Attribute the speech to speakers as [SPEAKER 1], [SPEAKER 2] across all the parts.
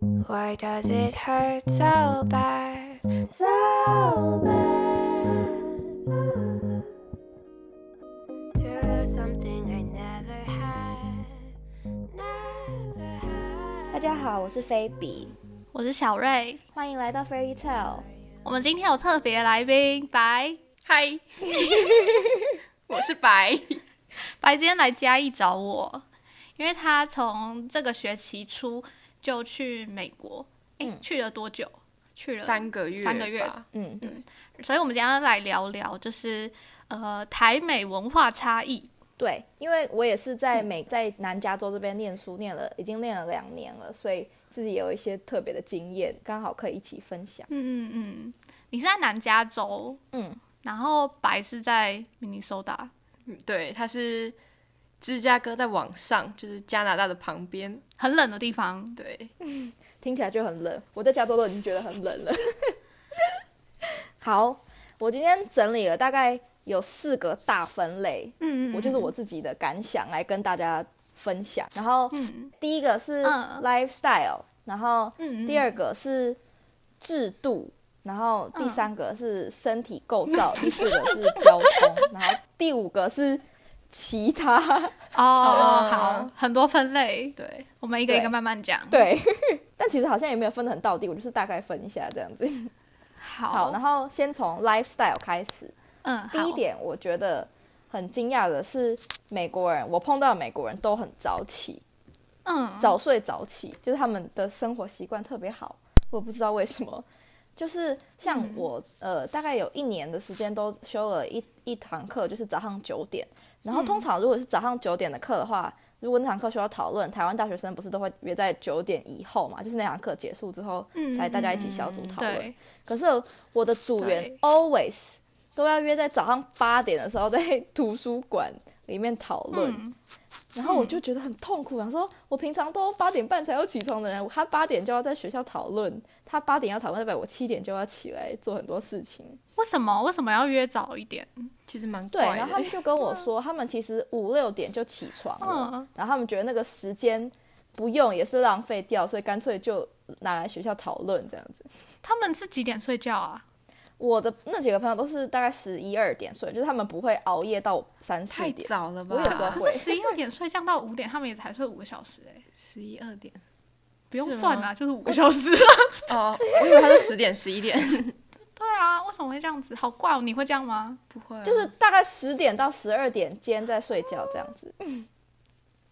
[SPEAKER 1] Why does it hurt so bad?
[SPEAKER 2] So bad.
[SPEAKER 1] To lose something I never had. Never
[SPEAKER 2] 大
[SPEAKER 1] had.
[SPEAKER 2] 家好，我是菲比，
[SPEAKER 3] 我是小瑞，
[SPEAKER 2] 欢迎来到 Fairy Tale。
[SPEAKER 3] 我们今天有特别来宾白
[SPEAKER 4] 嗨，我是白。
[SPEAKER 3] 白，今天来嘉义找我，因为他从这个学期初就去美国，哎、
[SPEAKER 2] 嗯
[SPEAKER 3] 去了多久？去了
[SPEAKER 4] 三个月吧，
[SPEAKER 3] 三个月
[SPEAKER 2] 嗯，
[SPEAKER 3] 所以我们今天要来聊聊，就是呃台美文化差异。
[SPEAKER 2] 对，因为我也是在美，在南加州这边念书，念了已经念了两年了，所以自己有一些特别的经验，刚好可以一起分享。
[SPEAKER 3] 嗯嗯嗯，你是在南加州，
[SPEAKER 2] 嗯，
[SPEAKER 3] 然后白是在明尼苏达。
[SPEAKER 4] 嗯对，它是芝加哥在往上，就是加拿大的旁边。
[SPEAKER 3] 很冷的地方，
[SPEAKER 4] 对，
[SPEAKER 2] 听起来就很冷。我在加州都已经觉得很冷了。 好，我今天整理了大概有四个大分类，
[SPEAKER 3] 嗯嗯，
[SPEAKER 2] 我就是我自己的感想来跟大家分享。然后
[SPEAKER 3] 嗯，
[SPEAKER 2] 第一个是
[SPEAKER 3] 嗯
[SPEAKER 2] lifestyle，、然后
[SPEAKER 3] 嗯嗯，
[SPEAKER 2] 第二个是制度，然后第三个是身体构
[SPEAKER 3] 嗯
[SPEAKER 2] 造，第四个是交通，然后第五个是其 他。
[SPEAKER 3] 哦哦
[SPEAKER 4] 嗯
[SPEAKER 3] 好，很多分类，
[SPEAKER 4] 对，
[SPEAKER 3] 我们一个一
[SPEAKER 2] 对
[SPEAKER 3] 个慢慢讲。
[SPEAKER 2] 对， 但其实好像也没有分得很到底，我就是大概分一下这样子。好，
[SPEAKER 3] 嗯好，
[SPEAKER 2] 然后先从 lifestyle 开始。
[SPEAKER 3] 嗯，
[SPEAKER 2] 第一
[SPEAKER 3] 好，
[SPEAKER 2] 点，我觉得很惊讶的是，美国人，我碰到的美国人都很早起，
[SPEAKER 3] 嗯，
[SPEAKER 2] 早睡早起，就是他们的生活习惯特别好。我不知道为什么，就是像
[SPEAKER 3] 嗯
[SPEAKER 2] 我，呃，大概有一年的时间都修了一一堂课，就是早上九点。然
[SPEAKER 3] 嗯
[SPEAKER 2] 后通常如果是早上九点的课的话，如果那堂课需要讨论，台湾大学生不是都会约在九点以后嘛？就是那堂课结束之后，
[SPEAKER 3] 嗯
[SPEAKER 2] 才大家一起小组讨论。
[SPEAKER 3] 对，
[SPEAKER 2] 可是我的组员
[SPEAKER 3] 对
[SPEAKER 2] always 都要约在早上八点的时候在图书馆里面讨论，
[SPEAKER 3] 嗯
[SPEAKER 2] 然后我就觉得很痛苦，想说我平常都八点半才要起床的人，他八点就要在学校讨论，他八点要讨论，代表我七点就要起来做很多事情。
[SPEAKER 3] 为什么为什么要约早一点？
[SPEAKER 4] 其实蛮
[SPEAKER 2] 对，
[SPEAKER 4] 怪的。
[SPEAKER 2] 然后他们就跟我说，他们其实五六点就起床了，
[SPEAKER 3] 嗯
[SPEAKER 2] 然后他们觉得那个时间不用也是浪费掉，所以干脆就拿来学校讨论这样子。
[SPEAKER 3] 他们是几点睡觉啊？
[SPEAKER 2] 我的那几个朋友都是大概十一二点睡，就是他们不会熬夜到三四
[SPEAKER 4] 太
[SPEAKER 2] 点。
[SPEAKER 4] 早了吧？
[SPEAKER 2] 我有时候
[SPEAKER 3] 可
[SPEAKER 2] 会
[SPEAKER 3] 是十一二点睡，降到五点，他们也才睡五个小时、哎，
[SPEAKER 4] 十一二点。
[SPEAKER 3] 不用
[SPEAKER 4] 是吗
[SPEAKER 3] 算啦，啊就是五个小时啦。
[SPEAKER 4] 哦，我以为他是十点十一点。
[SPEAKER 3] 对啊，为什么会这样子？好怪哦，你会这样吗？
[SPEAKER 4] 不会啊、
[SPEAKER 2] 就是大概十点到十二点间在睡觉这样子，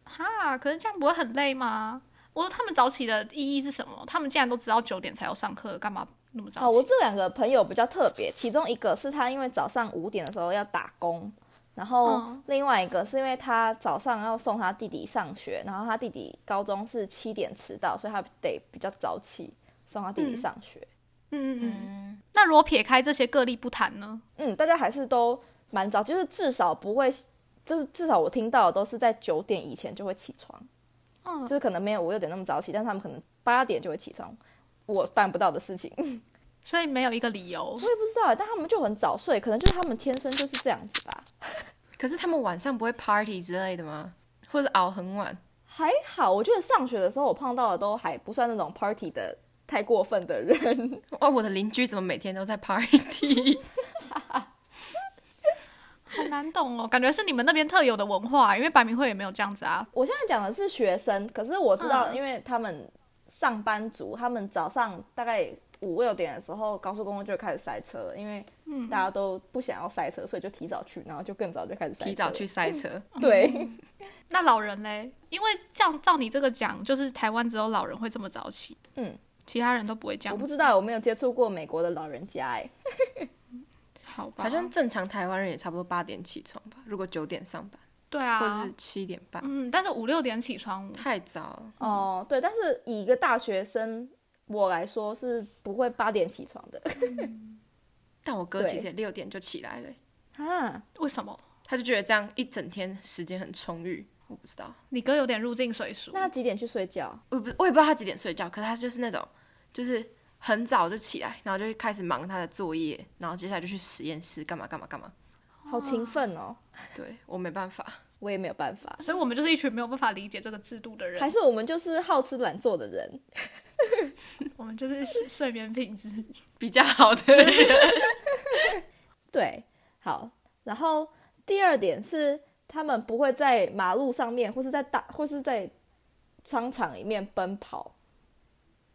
[SPEAKER 3] 哈，可是这样不会很累吗？我说他们早起的意义是什么？他们竟然都知道九点才要上课，干嘛那么早起？
[SPEAKER 2] 哦，我这两个朋友比较特别，其中一个是他因为早上五点的时候要打工，然后
[SPEAKER 4] 哦
[SPEAKER 3] 嗯
[SPEAKER 2] 另外一个是因为他早上要送他弟弟上学，然后他弟弟高中是七点迟到，所以他得比较早起送他弟弟
[SPEAKER 3] 嗯
[SPEAKER 2] 上学。
[SPEAKER 3] 嗯嗯嗯。那如果撇开这些个例不谈呢？
[SPEAKER 2] 嗯，大家还是都蛮早，就是至少不会，就是至少我听到的都是在九点以前就会起床，
[SPEAKER 3] 嗯
[SPEAKER 2] 就是可能没有五六点那么早起，但他们可能八点就会起床。我办不到的事情， 我也
[SPEAKER 3] 所以没有一个理由。
[SPEAKER 2] 不知道欸，但他们就很早睡，可能就是他们天生就是这样子吧。
[SPEAKER 4] 可是他们晚上不会 party 之类的吗？或者熬很晚？
[SPEAKER 2] 还好，我觉得上学的时候我碰到的都还不算那种 party 的太过分的人。
[SPEAKER 4] 哇，我的邻居怎么每天都 在 party？
[SPEAKER 3] 好难懂哦，感觉是你们那边特有的文化，因为白明会也没有这样子啊。
[SPEAKER 2] 我现在讲的是学生，可是我知道，
[SPEAKER 3] 嗯
[SPEAKER 2] 因为他们上班族，他们早上大概五六点的时候，高速公路就开始塞车了，因为
[SPEAKER 4] 嗯
[SPEAKER 2] 大家都不想要塞车，所以就提早去，然后就更早就开始塞车。嗯
[SPEAKER 4] 提早去。嗯塞车，
[SPEAKER 2] 对，
[SPEAKER 3] 那老人嘞？因为这样照你这个讲，就是台湾只有老人会这么早起，
[SPEAKER 2] 嗯，
[SPEAKER 3] 其他人都不会这
[SPEAKER 2] 我
[SPEAKER 3] 样
[SPEAKER 2] 不
[SPEAKER 3] 子。
[SPEAKER 2] 知道，我没有接触过美国的老人家、哎，
[SPEAKER 3] 好吧，
[SPEAKER 4] 好像正常台湾人也差不多八点起床吧，如果九点上班，
[SPEAKER 3] 对
[SPEAKER 4] 或
[SPEAKER 3] 啊
[SPEAKER 4] 者是，七点半，
[SPEAKER 3] 嗯，但是五六点起床，
[SPEAKER 4] 太早了。
[SPEAKER 2] 哦，对，但是以一个大学生我来说是不会八点起床的
[SPEAKER 4] 但我哥
[SPEAKER 2] 对
[SPEAKER 4] 其实也六点就起来了欸，
[SPEAKER 2] 啊。
[SPEAKER 3] 为什么？
[SPEAKER 4] 他就觉得这样一整天时间很充裕。我不知道，
[SPEAKER 3] 你哥有点入境水俗。
[SPEAKER 2] 那几点去睡觉？
[SPEAKER 4] 我不我也不知道他几点睡觉，可是他就是那种就是很早就起来，然后就开始忙他的作业，然后接下来就去实验室干嘛干嘛干嘛。
[SPEAKER 2] 好勤奋
[SPEAKER 4] 啊
[SPEAKER 2] 哦，
[SPEAKER 4] 对我没办法，
[SPEAKER 2] 我也没有办法。
[SPEAKER 3] 所以我们就是一群没有办法理解这个制度的人
[SPEAKER 2] 还。是我们就是好吃懒做的人，
[SPEAKER 3] 我们就是睡睡眠品质。
[SPEAKER 4] 比较好的人。
[SPEAKER 2] 对，好，然后第二点是他们不会在马路上面，或是在大，或是在商场里面奔跑，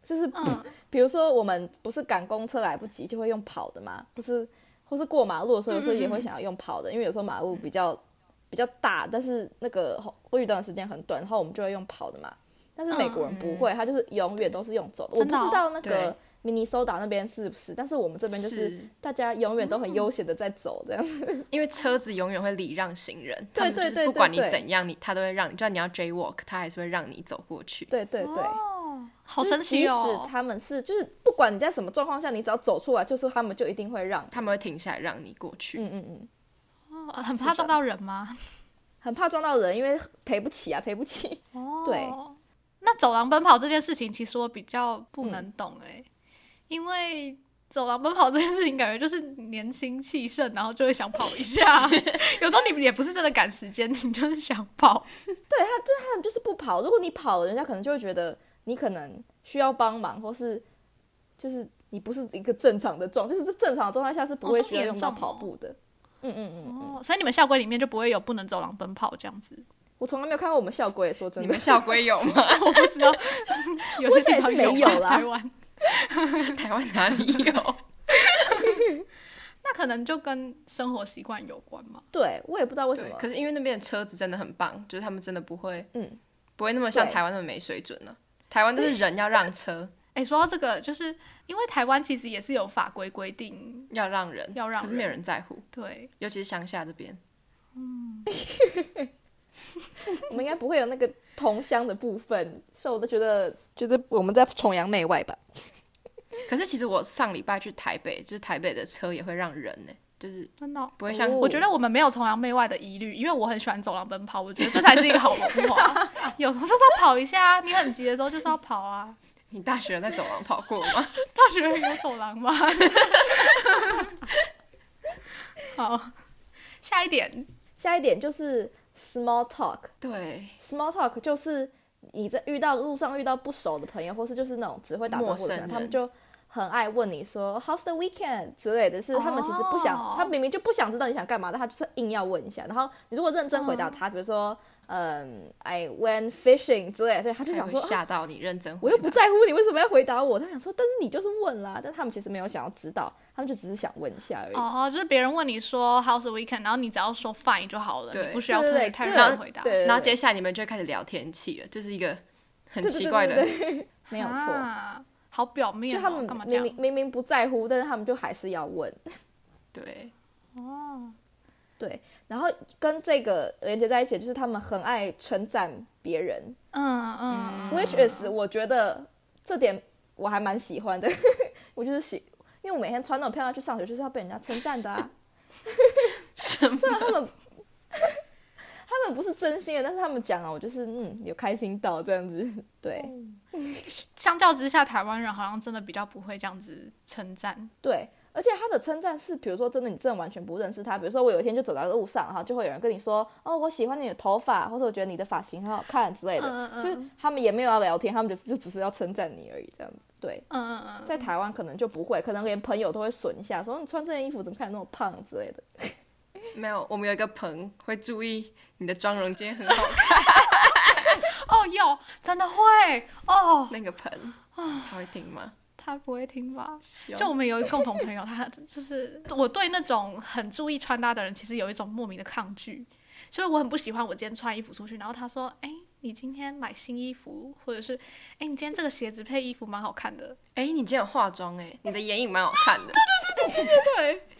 [SPEAKER 2] 就是
[SPEAKER 3] 嗯，
[SPEAKER 2] 比如说我们不是赶公车来不及，就会用跑的嘛，或是或是过马路
[SPEAKER 3] 嗯
[SPEAKER 2] 的时候，有时候也会想要用跑的，因为有时候马路比较比较大，但是那个会遇到的时间很短，然后我们就会用跑的嘛。但是美国人不会，他就是永远都是用走的。我
[SPEAKER 3] 嗯真
[SPEAKER 2] 不
[SPEAKER 3] 的哦
[SPEAKER 2] 知道那
[SPEAKER 4] 对
[SPEAKER 2] 个 Minnesota 那边是不是，但是我们这边就是
[SPEAKER 4] 是
[SPEAKER 2] 大家永远都很悠闲的在走这样子。
[SPEAKER 4] 因为车子永远会礼让行人，
[SPEAKER 2] 对
[SPEAKER 4] 他们就是
[SPEAKER 2] 对对
[SPEAKER 4] 不管
[SPEAKER 2] 对
[SPEAKER 4] 你
[SPEAKER 2] 对
[SPEAKER 4] 怎样，你他都会让你，就算你要 J walk，他还是会让你走过去。
[SPEAKER 2] 对 对对，
[SPEAKER 3] 哦，好
[SPEAKER 2] 就是
[SPEAKER 3] 神奇
[SPEAKER 2] 即使
[SPEAKER 3] 哦！
[SPEAKER 2] 他们是就是不管你在什么状况下，你只要走出来，就是他们就一定会让。
[SPEAKER 4] 他们会停下来让你过去。
[SPEAKER 2] 嗯嗯嗯，
[SPEAKER 3] 哦很怕撞到人吗？
[SPEAKER 2] 很怕撞到人，因为赔不起啊，赔不 起。
[SPEAKER 3] 哦，
[SPEAKER 2] 对。
[SPEAKER 3] 那走廊奔跑这件事情，其实我比较不
[SPEAKER 2] 嗯
[SPEAKER 3] 能懂哎、因为走廊奔跑这件事情，感觉就是年轻气盛，然后就会想跑一 下。有时候你们也不是真的赶时间，你就是想跑。
[SPEAKER 2] 他们就是不跑。如果你跑了，人家可能就会觉得你可能需要帮忙，或是就是你不是一个正常的状，就是正常的状态下是不
[SPEAKER 3] 哦
[SPEAKER 2] 会
[SPEAKER 3] 这么
[SPEAKER 2] 需要
[SPEAKER 3] 严
[SPEAKER 2] 用到
[SPEAKER 3] 重
[SPEAKER 2] 跑
[SPEAKER 3] 哦
[SPEAKER 2] 步的。嗯嗯嗯，
[SPEAKER 3] 哦，所以你们校规里面就不会有不能走廊奔跑这样子。
[SPEAKER 2] 我从来没有看过我们校规，说真
[SPEAKER 4] 你
[SPEAKER 2] 的
[SPEAKER 4] 们，校规 有吗？
[SPEAKER 3] 我不知道，有些地
[SPEAKER 2] 我想也
[SPEAKER 3] 方
[SPEAKER 2] 是没有啦
[SPEAKER 3] 吧台湾。
[SPEAKER 4] 台湾哪里有？
[SPEAKER 3] 那可能就跟生活习惯有关嘛。
[SPEAKER 2] 对我也不知道为什
[SPEAKER 4] 对
[SPEAKER 2] 么，。
[SPEAKER 4] 可是因为那边的车子真的很棒，就是他们真的不会
[SPEAKER 2] 嗯，
[SPEAKER 4] 不会那么像
[SPEAKER 2] 对
[SPEAKER 4] 台湾那么没水准呢、台湾都是人要让车，
[SPEAKER 3] 哎、说到这个，就是因为台湾其实也是有法规规定，
[SPEAKER 4] 要让人，
[SPEAKER 3] 要让人
[SPEAKER 4] 可是没有人在乎，
[SPEAKER 3] 对，
[SPEAKER 4] 尤其是乡下这边。
[SPEAKER 2] 我们应该不会有那个同乡的部分，所以我都觉得觉得我们在崇洋媚外吧。
[SPEAKER 4] 可是其实我上礼拜去台北，就是台北的车也会让人呢、就是
[SPEAKER 3] 真的哦、
[SPEAKER 4] 不会像、
[SPEAKER 2] 哦
[SPEAKER 4] 我
[SPEAKER 3] 我觉得我们没有崇洋媚外的疑虑，因为我很喜欢走廊奔跑，我觉得这才是一个好文化。 有时候就是要跑一下，你很急的时候就是要跑啊。
[SPEAKER 4] 你大学有在走廊跑过 吗？
[SPEAKER 3] 大学有走廊吗？ 好，下一点，
[SPEAKER 2] 下一点就是 small talk，
[SPEAKER 4] 对，
[SPEAKER 2] small talk 就是你在遇到路上遇到不熟的朋友，或是就是那种只会打招呼的
[SPEAKER 4] 陌生
[SPEAKER 2] 朋友，
[SPEAKER 4] 人
[SPEAKER 2] 他们就很爱问你说 How's the weekend 之类的，是他们其实不想
[SPEAKER 3] 哦
[SPEAKER 2] 他明明就不想知道你想干嘛，但他就是硬要问一下。然后你如果认真回答他，比如说嗯，I went fishing 之类的，所以他就
[SPEAKER 4] 他
[SPEAKER 2] 想
[SPEAKER 4] 会
[SPEAKER 2] 说。啊
[SPEAKER 4] 吓到你认真回
[SPEAKER 2] 我
[SPEAKER 4] 答，
[SPEAKER 2] 又不在乎你为什么要回答我，他想说，但是你就是问啦，但他们其实没有想要知道，他们就只是想问一下而已。
[SPEAKER 3] 哦，就是别人问你说 How's the weekend，然后你只要说 Fine 就好了，
[SPEAKER 4] 对
[SPEAKER 3] 你不需
[SPEAKER 2] 对
[SPEAKER 3] 要
[SPEAKER 2] 对
[SPEAKER 3] 特别
[SPEAKER 2] 对，
[SPEAKER 3] 太
[SPEAKER 2] 这
[SPEAKER 3] 认
[SPEAKER 2] 个
[SPEAKER 3] 真回答。
[SPEAKER 2] 对，
[SPEAKER 4] 然后接下来你们就会开始聊天气了，就是一个很
[SPEAKER 2] 对
[SPEAKER 4] 奇怪，的
[SPEAKER 2] 对对对对对没有错。
[SPEAKER 3] 啊，好表面、
[SPEAKER 2] 就
[SPEAKER 3] 哦，
[SPEAKER 2] 他们
[SPEAKER 3] 干嘛这
[SPEAKER 2] 明
[SPEAKER 3] 样？
[SPEAKER 2] 明明明不在乎，但是他们就还是要问。
[SPEAKER 4] 对
[SPEAKER 2] 对，然后跟这个连接在一起，就是他们很爱称赞别人、
[SPEAKER 3] 嗯嗯，
[SPEAKER 2] w h i c h is 我觉得这点我还蛮喜欢的， 我就是喜，因为我每天穿那种漂亮去上学，就是要被人家称赞的啊。
[SPEAKER 4] 什么？
[SPEAKER 2] 虽然他们 他们不是真心的，但是他们讲啊，我就是嗯有开心到这样子。对
[SPEAKER 3] 嗯相较之下，台湾人好像真的比较不会这样子称赞。
[SPEAKER 2] 对，而且他的称赞是，比如说真的你真的完全不认识他，比如说我有一天就走在路上，然后就会有人跟你说哦我喜欢你的头发，或者我觉得你的发型很好看之类的。
[SPEAKER 3] 嗯嗯
[SPEAKER 2] 就
[SPEAKER 3] 嗯
[SPEAKER 2] 是他们也没有要聊天，他们就就只是要称赞你而已，这样子。对，
[SPEAKER 3] 嗯嗯嗯，
[SPEAKER 2] 在台湾可能就不会，可能连朋友都会损一下，说你穿这件衣服怎么看起来那么胖之类的。
[SPEAKER 4] 没有，我们有一个朋会注意你的妆容，今天很好看。
[SPEAKER 3] 哦，有真的会哦，
[SPEAKER 4] 那个朋， 他会听吗？
[SPEAKER 3] 他不会听吧？
[SPEAKER 4] 希望
[SPEAKER 3] 就我们有一个共同朋友，他就是我对那种很注意穿搭的人，其实有一种莫名的抗拒，就是我很不喜欢我今天穿衣服出去，然后他说，哎。你今天买新衣服，或者是，哎、你今天这个鞋子配衣服蛮好看的。
[SPEAKER 4] 哎、你今天有化妆哎、你的眼影蛮好看的。
[SPEAKER 3] 对，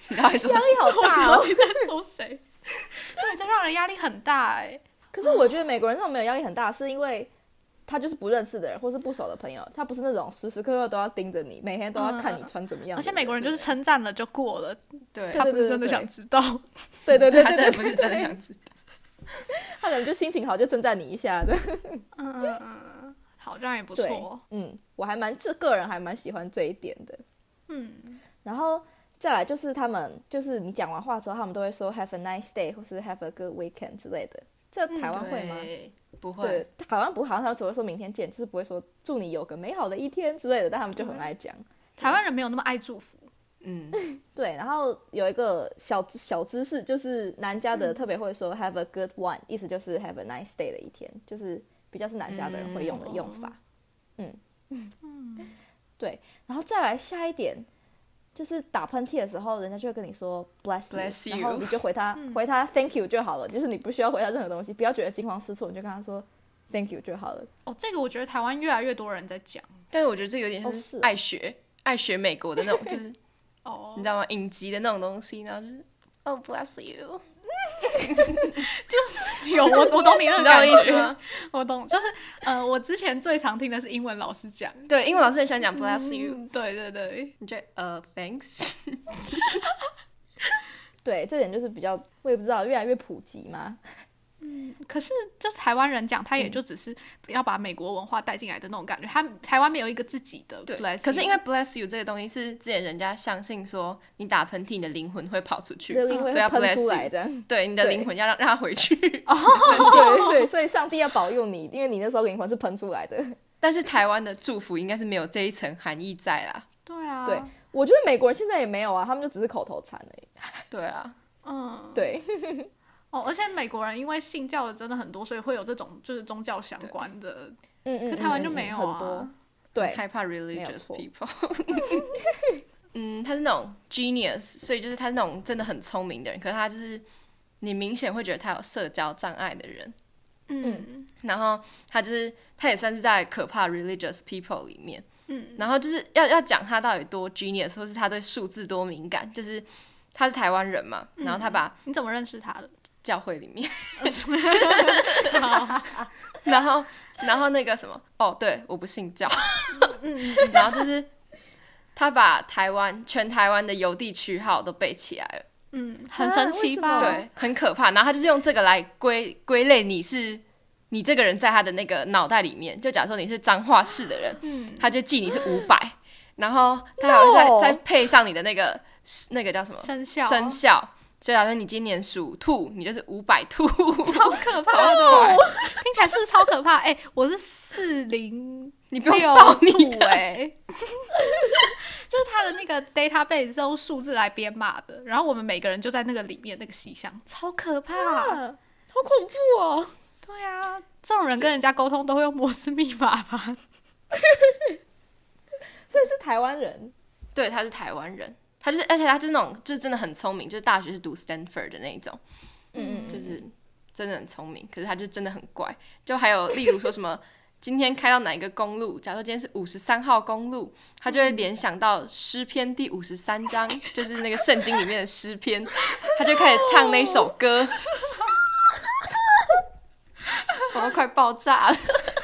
[SPEAKER 4] 你到底说
[SPEAKER 2] 压力好
[SPEAKER 3] 我知
[SPEAKER 2] 大
[SPEAKER 3] 道
[SPEAKER 2] 哦！
[SPEAKER 3] 你在说谁。对，这让人压力很大哎、
[SPEAKER 2] 可是我觉得美国人那种没有压力很大，是因为他就是不认识的人或是不熟的朋友，他不是那种时时刻刻都要盯着你，每天都要看你穿怎么样的。
[SPEAKER 3] 而且美国人就是称赞了就过了，
[SPEAKER 4] 对，
[SPEAKER 3] 他不是真的想知道。
[SPEAKER 2] 对对对
[SPEAKER 4] 他
[SPEAKER 2] 对
[SPEAKER 4] 真
[SPEAKER 2] 对
[SPEAKER 4] 的，不是真的想知道。
[SPEAKER 2] 他可能就心情好就称赞你一下的。
[SPEAKER 3] 嗯嗯嗯嗯， 好，这样也不
[SPEAKER 2] 对
[SPEAKER 3] 错。
[SPEAKER 2] 嗯，我还蛮这个人还蛮喜欢这一点的。
[SPEAKER 3] 嗯，
[SPEAKER 2] 然后再来就是他们，就是你讲完话之后，他们都会说 “Have a nice day” 或是 “Have a good weekend” 之类的。这台湾会吗？
[SPEAKER 4] 对不会
[SPEAKER 2] 对，，好像不好像他们只会说明天见，就是不会说祝你有个美好的一天之类的，但他们就很爱讲。
[SPEAKER 3] 台湾人没有那么爱祝福，
[SPEAKER 4] 嗯，
[SPEAKER 2] 对，然后有一个小小知识，就是南加的特别会说 “have a good one”，、意思就是 “have a nice day” 的一天，就是比较是南加的人会用的用法。嗯嗯，对，然后再来下一点，就是打喷嚏的时候，人家就会跟你说 “bless you”，,
[SPEAKER 4] Bless you
[SPEAKER 2] 然后你就回他、回他 “thank you” 就好了，就是你不需要回他任何东西，不要觉得惊慌失措，你就跟他说 “thank you” 就好了。
[SPEAKER 3] 哦，这个我觉得台湾越来越多人在讲
[SPEAKER 4] 但是我觉得这有点
[SPEAKER 2] 哦
[SPEAKER 4] 像
[SPEAKER 2] 是
[SPEAKER 4] 是
[SPEAKER 2] 哦
[SPEAKER 4] 爱学、爱学美国的那种，就是
[SPEAKER 3] 哦，
[SPEAKER 4] 你知道吗？影集的那种东西，然后就是哦、bless you，
[SPEAKER 3] 有我我懂你那个
[SPEAKER 4] 你知道我
[SPEAKER 3] 感
[SPEAKER 4] 意思
[SPEAKER 3] 觉
[SPEAKER 4] 吗，？
[SPEAKER 3] 我懂，就是呃，我之前最常听的是英文老师讲
[SPEAKER 4] 对，英文老师很喜欢讲 bless you，、
[SPEAKER 3] 嗯对对对，
[SPEAKER 4] 你觉得呃 thanks，
[SPEAKER 2] 对，这点就是比较，我也不知道越来越普及嘛。
[SPEAKER 3] 可是就是台湾人讲，他
[SPEAKER 4] 嗯
[SPEAKER 3] 也就只是要把美国文化带进来的那种感觉，他台湾没有一个自己的
[SPEAKER 4] 对
[SPEAKER 3] bless，
[SPEAKER 4] 可是
[SPEAKER 3] you
[SPEAKER 4] 因为 bless you 这个东西是之前人家相信说你打喷嚏，你的灵魂会跑出去，
[SPEAKER 2] 六
[SPEAKER 3] 啊
[SPEAKER 2] 音
[SPEAKER 4] 所
[SPEAKER 2] 会
[SPEAKER 4] 以要
[SPEAKER 2] 喷
[SPEAKER 4] bless
[SPEAKER 2] 出来
[SPEAKER 4] you，
[SPEAKER 2] 这样。
[SPEAKER 4] 对，你的
[SPEAKER 2] 对
[SPEAKER 4] 灵魂要让让它回去。
[SPEAKER 2] 对对，所以上帝要保佑你，因为你那时候灵魂是喷出来的。
[SPEAKER 4] 但是台湾的祝福应该是没有这一层含义在啦。
[SPEAKER 3] 对啊，
[SPEAKER 2] 对我觉得美国人现在也没有啊，他们就只是口头禅而已。
[SPEAKER 4] 对啊，
[SPEAKER 3] 嗯，
[SPEAKER 2] 对，
[SPEAKER 3] 哦，而且美国人因为信教的真的很多，所以会有这种就是宗教相关的，
[SPEAKER 2] 嗯嗯，嗯
[SPEAKER 3] 可台湾就
[SPEAKER 2] 嗯嗯
[SPEAKER 3] 没有
[SPEAKER 2] 很
[SPEAKER 3] 啊
[SPEAKER 2] 多。。对，
[SPEAKER 4] 害怕
[SPEAKER 2] 有
[SPEAKER 4] religious
[SPEAKER 2] 错
[SPEAKER 4] people。嗯，他是那种 genius，所以就是他是那种真的很聪明的人，可是他就是你明显会觉得他有社交障碍的人。
[SPEAKER 3] 嗯
[SPEAKER 4] 然后他就是他也算是在可怕 religious people 里面。
[SPEAKER 3] 嗯，
[SPEAKER 4] 然后就是要要讲他到底多 genius，或是他对数字多敏感，就是他是台湾人嘛，
[SPEAKER 2] 嗯
[SPEAKER 4] 嗯然后他把
[SPEAKER 3] 嗯你怎么认识他的？
[SPEAKER 4] 教会里 面。
[SPEAKER 3] 好
[SPEAKER 4] 然后，然后那个什么，哦，对，我不信教。
[SPEAKER 3] 嗯
[SPEAKER 4] 然后就是他把台湾全台湾的邮递区号都背起来了，
[SPEAKER 3] 嗯，很
[SPEAKER 2] 啊
[SPEAKER 3] 神奇
[SPEAKER 2] 为什
[SPEAKER 3] 吧？
[SPEAKER 2] 么
[SPEAKER 4] 对，很可怕。然后他就是用这个来归归类你是你这个人在他的那个脑袋里面，就假如说你是彰化市的人，
[SPEAKER 3] 嗯
[SPEAKER 4] 他就记你是五百，然后他还会再
[SPEAKER 2] No
[SPEAKER 4] 再配上你的那个那个叫什么
[SPEAKER 3] 生肖
[SPEAKER 4] 生肖。就假如说你今年属兔，你就是五百兔，
[SPEAKER 3] 超可怕的，听起来是不是超可怕？哎、哦我是四零
[SPEAKER 4] 你不用
[SPEAKER 3] 六
[SPEAKER 4] 报你
[SPEAKER 3] 度哎， 就是它的那个 database 是用数字来编码的，然后我们每个人就在那个里面那个细项，超可怕。
[SPEAKER 2] 啊好恐怖哦！
[SPEAKER 3] 对啊，这种人跟人家沟通都会用摩斯密码吧？
[SPEAKER 2] 所以是台湾人，
[SPEAKER 4] 对，他是台湾人，他就是，而且他就是那种，就是真的很聪明，就是大学是读 Stanford 的那一种，
[SPEAKER 2] 嗯嗯，
[SPEAKER 4] 就是真的很聪明，可是他就真的很怪。就还有例如说什么，今天开到哪一个公路，假如说今天是五十三号公路，他就会联想到诗篇第五十三章， 就是那个圣经里面的诗篇，他就开始唱那首歌。 我都快爆炸了，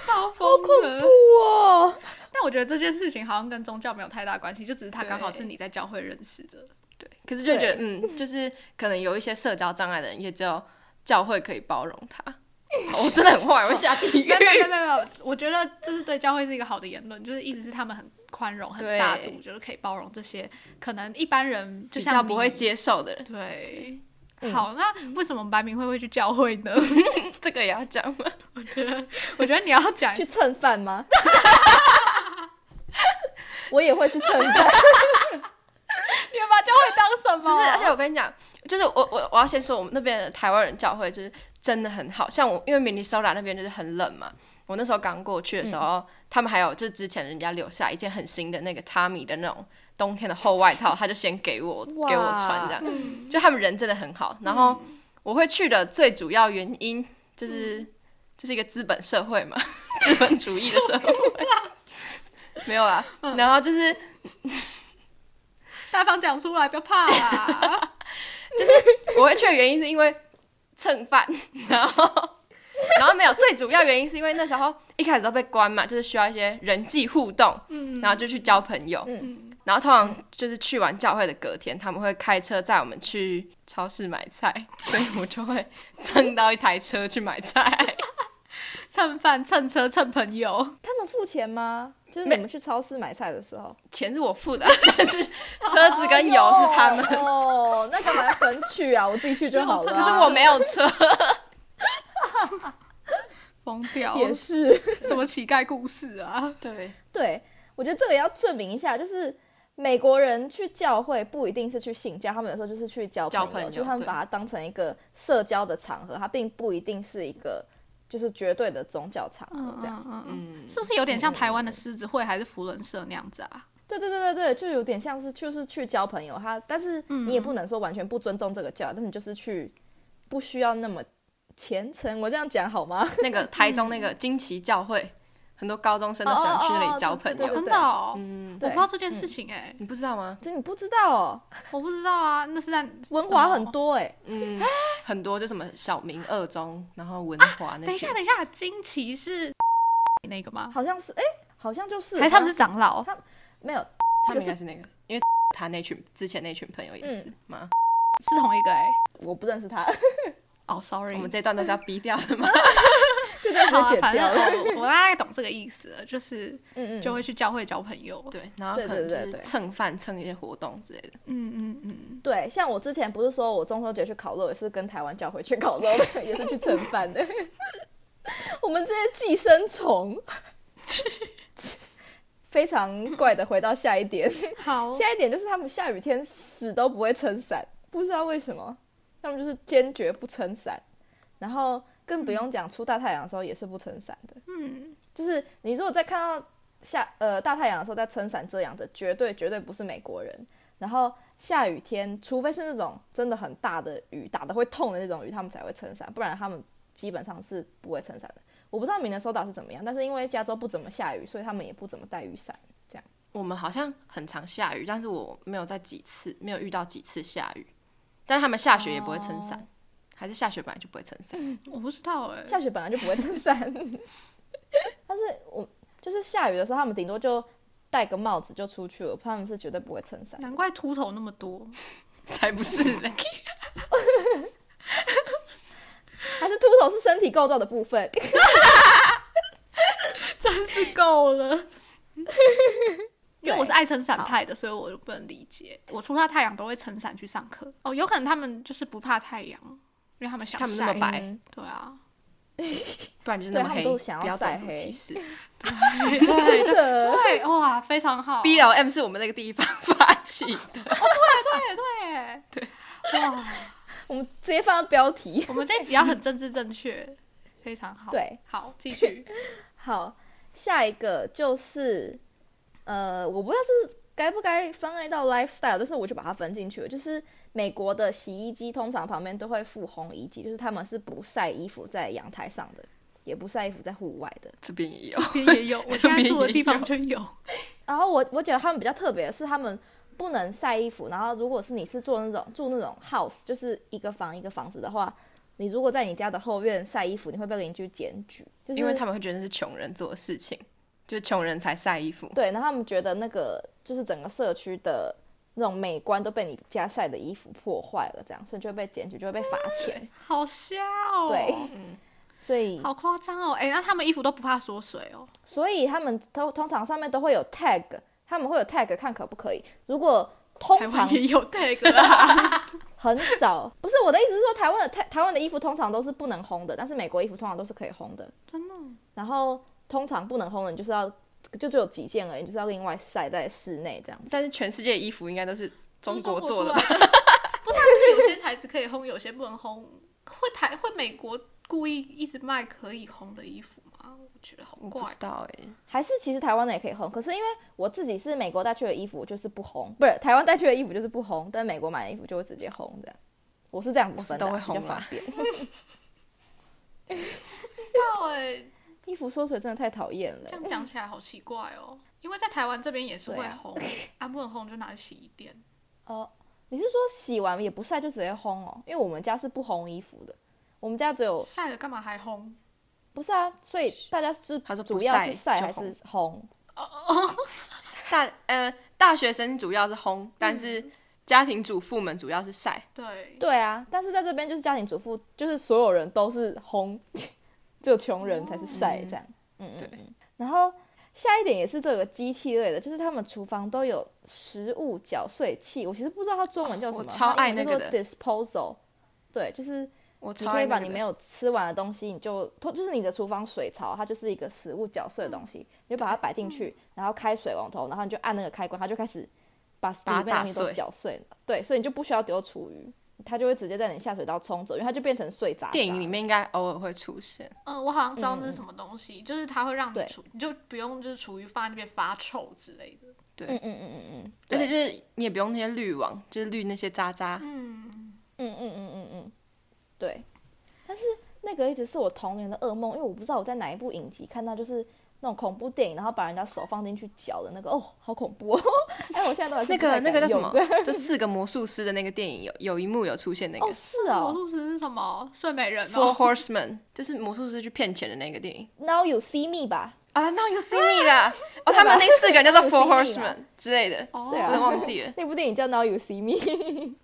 [SPEAKER 3] 超疯了！
[SPEAKER 2] 哇，
[SPEAKER 3] 但我觉得这件事情好像跟宗教没有太大关系，就只是他刚好
[SPEAKER 4] 对
[SPEAKER 3] 是你在教会认识的。
[SPEAKER 4] 对，可是就觉得
[SPEAKER 2] 对
[SPEAKER 4] 嗯，就是可能有一些社交障碍的人，也只有教会可以包容 他。哦我真的很坏，我会下 地狱
[SPEAKER 3] 没有。没有没有没有，我觉得这是对教会是一个好的言论，就是意思是他们很宽容、很
[SPEAKER 4] 对
[SPEAKER 3] 大度，就是可以包容这些可能一般人 就
[SPEAKER 4] 比
[SPEAKER 3] 像
[SPEAKER 4] 较不会
[SPEAKER 3] 你
[SPEAKER 4] 接受的人，
[SPEAKER 3] 对，
[SPEAKER 2] 嗯
[SPEAKER 3] 好，那为什么白明慧会去教会呢？
[SPEAKER 4] 这个也要讲吗？
[SPEAKER 3] 我觉得你要讲，
[SPEAKER 2] 去蹭饭吗？ 我也会去蹭饭，
[SPEAKER 3] 你把教会当什么？
[SPEAKER 4] 不
[SPEAKER 2] 哦
[SPEAKER 4] 是，而且我跟你讲，就是我我我要先说，我们那边的台湾人教会就是真的很好，像我因为明尼苏达那边就是很冷嘛，我那时候刚过去的时候，他们还有就是之前人家留下一件很新的那个 Tommy 的那种冬天的厚外套，他就先给我
[SPEAKER 2] 哇
[SPEAKER 4] 给我穿这样，就他们人真的很好。然后我会去的最主要原因就是、这是一个资本社会嘛， 资本主义的社会。没有啦，然后就是
[SPEAKER 3] 大方讲出来，不要怕啦。
[SPEAKER 4] 我会去的原因是因为蹭饭， 然后然后没有，最主要原因是因为那时候一开始都被关嘛，就是需要一些人际互动，
[SPEAKER 3] 嗯
[SPEAKER 4] 然后就去交朋友，
[SPEAKER 3] 嗯
[SPEAKER 4] 然后通常就是去完教会的隔天，他们会开车载我们去超市买菜， 所以我就会蹭到一台车去买菜。
[SPEAKER 3] 蹭饭、蹭车、蹭朋友，
[SPEAKER 2] 他们付钱吗？就是你们去超市买菜的时候，
[SPEAKER 4] 钱是我付的，啊 但是车子跟油是他们，
[SPEAKER 2] 哎 呦哦，那干嘛要 跟去啊？我自己去就好了啊。
[SPEAKER 4] 可是我没有车。
[SPEAKER 3] 疯 掉，
[SPEAKER 2] 也 是。
[SPEAKER 3] 什么乞丐故事啊？
[SPEAKER 4] 对，
[SPEAKER 2] 对，我觉得这个要证明一下，就是美国人去教会不一定是去信教，他们有时候就是去交
[SPEAKER 4] 交
[SPEAKER 2] 朋
[SPEAKER 4] 朋
[SPEAKER 2] 友，
[SPEAKER 4] 友
[SPEAKER 2] 就他们
[SPEAKER 4] 对
[SPEAKER 2] 把它当成一个社交的场合，它并不一定是一个就是绝对的宗教场合
[SPEAKER 3] 嗯
[SPEAKER 2] 这样。
[SPEAKER 3] 嗯嗯嗯，
[SPEAKER 4] 嗯，
[SPEAKER 3] 是不是有点像台湾的狮子会还是福伦社那样子啊？
[SPEAKER 2] 对对对对对，就有点像是就是去交朋友，他但是你
[SPEAKER 3] 嗯
[SPEAKER 2] 也不能说完全不尊重这个教，但你就是去不需要那么虔诚，我这样讲好吗？
[SPEAKER 4] 那个台中那个金旗教会，很多高中生都喜欢去那里交朋
[SPEAKER 2] 对
[SPEAKER 3] 哦，
[SPEAKER 4] 友。
[SPEAKER 3] 真的哦，
[SPEAKER 4] 嗯，
[SPEAKER 3] 我
[SPEAKER 2] 对
[SPEAKER 3] 不知道这件事情哎，
[SPEAKER 4] 你不知道吗？
[SPEAKER 2] 就你不知道哦，
[SPEAKER 3] 我不知道啊，那是在
[SPEAKER 2] 文
[SPEAKER 3] 什
[SPEAKER 2] 华
[SPEAKER 3] 么
[SPEAKER 2] 很。多哎、
[SPEAKER 4] 嗯， 很多就什么小明二中，然后文华
[SPEAKER 2] 啊
[SPEAKER 4] 那
[SPEAKER 3] 等一
[SPEAKER 4] 些
[SPEAKER 3] 下，。等一下，金奇是 那个吗？
[SPEAKER 2] 好像是哎、好像就是，
[SPEAKER 3] 还是他们是长老？
[SPEAKER 2] 没有
[SPEAKER 4] 他
[SPEAKER 2] 可
[SPEAKER 4] 们
[SPEAKER 2] 是嗯
[SPEAKER 4] 应该是那个，因为 他那群之前那群朋友也是嘛。
[SPEAKER 3] 是同一个哎、
[SPEAKER 2] 我不认识他，
[SPEAKER 3] 哦，sorry、
[SPEAKER 4] 我
[SPEAKER 3] s o r r y
[SPEAKER 4] 们这段都是要逼掉 的嘛。
[SPEAKER 2] 这段直
[SPEAKER 3] 好
[SPEAKER 2] 接
[SPEAKER 3] 啊
[SPEAKER 2] 剪
[SPEAKER 3] 反正
[SPEAKER 2] 掉了。
[SPEAKER 3] 我我大概懂这个意思了，就是
[SPEAKER 2] 嗯嗯，
[SPEAKER 3] 就会去教会交朋友。
[SPEAKER 4] 对，然后可能
[SPEAKER 2] 对
[SPEAKER 4] 就
[SPEAKER 2] 对对
[SPEAKER 4] 是
[SPEAKER 2] 对
[SPEAKER 4] 蹭饭、蹭一些活动之类的。
[SPEAKER 3] 嗯嗯嗯，
[SPEAKER 2] 对，像我之前不是说我中秋节去烤肉，也是跟台湾教会去 烤肉的，也是去蹭饭的。 我们这些寄生虫， 非常怪的。回到下一 点，
[SPEAKER 3] 好，
[SPEAKER 2] 下一点就是他们下雨天死都不会撑伞，不知道为什么，他们就是坚决不撑伞，然后更不用讲出大太阳的时候也是不撑伞的。
[SPEAKER 3] 嗯，
[SPEAKER 2] 就是你如果在看到下呃大太阳的时候在撑伞遮阳的，绝对绝对不是美国人。然后下雨天，除非是那种真的很大的雨，打的会痛的那种雨，他们才会撑伞，不然他们基本上是不会撑伞的。我不知道明尼苏达是怎么样，但是因为加州不怎么下雨，所以他们也不怎么带雨伞。
[SPEAKER 4] 我们好像很常下雨，但是我没有在几次没有遇到几次下雨，但是他们下雪也不会撑
[SPEAKER 2] 哦
[SPEAKER 4] 伞，还是下雪本来就不会撑伞。
[SPEAKER 2] 嗯
[SPEAKER 3] 我不知道哎、
[SPEAKER 2] 下雪本来就不会撑伞， 但是我就是下雨的时候，他们顶多就戴个帽子就出去了，他们是绝对不会撑伞。
[SPEAKER 3] 难怪秃头那么多。
[SPEAKER 4] 才不是嘞！
[SPEAKER 2] 还是秃头是身体构造的部 分。
[SPEAKER 3] 够了。 因为
[SPEAKER 2] 对
[SPEAKER 3] 我是爱撑伞派的，所以我就不能理解。我出大太阳都会撑伞去上课。哦，有可能他们就是不怕太阳，因为他们想晒。
[SPEAKER 4] 他们那么白
[SPEAKER 2] 嗯
[SPEAKER 3] 对啊，
[SPEAKER 4] 不然就是那
[SPEAKER 2] 对
[SPEAKER 4] 么黑，
[SPEAKER 2] 他们都想
[SPEAKER 4] 不
[SPEAKER 2] 要
[SPEAKER 4] 要
[SPEAKER 2] 晒
[SPEAKER 4] 种族
[SPEAKER 2] 黑
[SPEAKER 4] 歧 视。
[SPEAKER 3] 对对
[SPEAKER 2] 真的
[SPEAKER 3] 对，哇，非常好。
[SPEAKER 4] BLM 是我们那个地方 发起的，
[SPEAKER 3] 对对 对，哇，
[SPEAKER 2] 我们直接放到标题。
[SPEAKER 3] 我们这一集要很政治正确，非常好。
[SPEAKER 2] 对，
[SPEAKER 3] 好，继续。
[SPEAKER 2] 好，下一个就是，呃，我不知道这是该不该分类到 lifestyle，但是我就把它分进去了。就是美国的洗衣机通常旁边都会附烘衣机，就是他们是不晒衣服在阳台上的，也不晒衣服在户外的。
[SPEAKER 4] 这边也有
[SPEAKER 3] 这。边也有，我现在住的地方就有。
[SPEAKER 2] 然后我我觉得他们比较特别的是，他们不能晒衣服。然后如果是你是做那种住那种 house，就是一个房一个房子的话，你如果在你家的后院晒衣服，你会被邻居检举，就是
[SPEAKER 4] 因为他们会觉得是穷人做的事情，就是穷人才晒衣服。
[SPEAKER 2] 对，然后他们觉得那个就是整个社区的那种美观都被你家晒的衣服破坏了，这样，所以就会被检举，就会被罚钱。
[SPEAKER 3] 好笑哦，
[SPEAKER 2] 对，所以
[SPEAKER 3] 好夸张哦。哎，那他们衣服都不怕缩水哦。
[SPEAKER 2] 所以他们通通常上面都会有 tag，他们会有 tag 看可不可以。如果通
[SPEAKER 3] 台
[SPEAKER 2] 常
[SPEAKER 3] 湾也有 tag 啊。
[SPEAKER 2] 很少， 不是我的意思是说，台湾的台台湾的衣服通常都是不能烘的，但是美国衣服通常都是可以烘的。
[SPEAKER 3] 真的
[SPEAKER 2] 然后通常不能烘的，你就是要就只有几件而已，你就是要另外晒在室内这样。
[SPEAKER 4] 但是全世界的衣服应该都是中国做的
[SPEAKER 3] 不
[SPEAKER 4] 吧？
[SPEAKER 3] 是中国出来的，不是、啊，就是有些材质可以烘，有些不能烘。会台会美国故意一直卖可以烘的衣服吗？我觉得好
[SPEAKER 4] 我
[SPEAKER 3] 怪
[SPEAKER 4] 不。知道哎、
[SPEAKER 2] 还是其实台湾的也可以烘，可是因为我自己是美国带去的衣服就是不烘，不是台湾带去的衣服就是不烘，但美国买的衣服就会直接烘这样。我是这样子分的啊，
[SPEAKER 4] 我是都
[SPEAKER 2] 比
[SPEAKER 4] 会烘
[SPEAKER 2] 较方
[SPEAKER 4] 啦
[SPEAKER 2] 便。
[SPEAKER 3] 对，
[SPEAKER 2] 衣服缩水真的太讨厌了
[SPEAKER 3] 这。样讲起来好奇怪哦。因为在台湾这边也是会
[SPEAKER 2] 对啊
[SPEAKER 3] 烘，啊不能烘就拿去洗衣店。
[SPEAKER 2] 哦，你是说洗完也不晒就直接烘哦？因为我们家是不烘衣服的，我们家只有
[SPEAKER 3] 晒了干嘛还烘？
[SPEAKER 2] 不是啊，所以大家是
[SPEAKER 4] 他说不
[SPEAKER 2] 主要
[SPEAKER 4] 晒
[SPEAKER 2] 是晒
[SPEAKER 4] 就
[SPEAKER 2] 还是烘？
[SPEAKER 4] 大呃，大学生主要是烘，但是家庭主妇们主要是晒。
[SPEAKER 3] 对，
[SPEAKER 2] 对啊，但是在这边就是家庭主妇，就是所有人都是 烘，只有穷人才是晒这样。嗯嗯
[SPEAKER 4] 对
[SPEAKER 2] 嗯。然后下一点也是这个机器类的，就是他们厨房都有食物搅碎器，我其实不知道它中文叫什么，
[SPEAKER 4] 哦我超爱
[SPEAKER 2] 它英文
[SPEAKER 4] 那个
[SPEAKER 2] 叫
[SPEAKER 4] 的
[SPEAKER 2] 做 disposal。对，就是
[SPEAKER 4] 我
[SPEAKER 2] 你
[SPEAKER 4] 超
[SPEAKER 2] 可
[SPEAKER 4] 爱
[SPEAKER 2] 以
[SPEAKER 4] 那
[SPEAKER 2] 把
[SPEAKER 4] 个
[SPEAKER 2] 你
[SPEAKER 4] 的
[SPEAKER 2] 没有吃完的东西，你就它就是你的厨房水槽，它就是一个食物搅碎的东西，你就把它摆进
[SPEAKER 4] 嗯
[SPEAKER 2] 去，然后开水龙头，然后你就按那个开关，它就开始把里
[SPEAKER 4] 它
[SPEAKER 2] 面的
[SPEAKER 4] 打
[SPEAKER 2] 东西都
[SPEAKER 4] 碎
[SPEAKER 2] 搅碎了。对，所以你就不需要丢厨余，它就会直接在你下水道冲走，因为它就变成碎渣渣。
[SPEAKER 4] 电影里面应该偶尔会出现，
[SPEAKER 3] 嗯，我好像知道那是什么东西，就是它会让你
[SPEAKER 2] 对
[SPEAKER 3] 厨，你就不用就是厨余放在那边发臭之类的。
[SPEAKER 2] 嗯，嗯嗯嗯嗯嗯，对
[SPEAKER 4] 而且就是你也不用那些滤网，就是滤那些渣渣。
[SPEAKER 3] 嗯，
[SPEAKER 2] 嗯嗯嗯嗯嗯，对。但是那个一直是我童年的噩梦，因为我不知道我在哪一部影集看到，就是那种恐怖电影，然后把人家手放进去搅的那个，哦，好恐怖哦！ 哎，我现在都还是
[SPEAKER 4] 那
[SPEAKER 2] 不太
[SPEAKER 4] 个那个
[SPEAKER 2] 敢
[SPEAKER 4] 叫什
[SPEAKER 2] 用
[SPEAKER 4] 么？就四个魔术师的那个电影有有一幕有出现那个
[SPEAKER 2] 哦，是
[SPEAKER 3] 魔
[SPEAKER 2] 哦
[SPEAKER 3] 术师是什么？睡美人
[SPEAKER 4] Four
[SPEAKER 3] 哦。
[SPEAKER 4] Horsemen，就是魔术师去骗钱的那个电影
[SPEAKER 2] ，Now You See Me 吧？
[SPEAKER 4] 啊。那 You See Me 啦，哦，他们那四个人叫做
[SPEAKER 2] You
[SPEAKER 4] Four
[SPEAKER 2] See Me 啦
[SPEAKER 4] Horsemen 之类的，
[SPEAKER 3] 哦，
[SPEAKER 2] 对
[SPEAKER 4] 我
[SPEAKER 2] 啊
[SPEAKER 4] 都忘记了。
[SPEAKER 2] 那部电影叫 Now You See Me，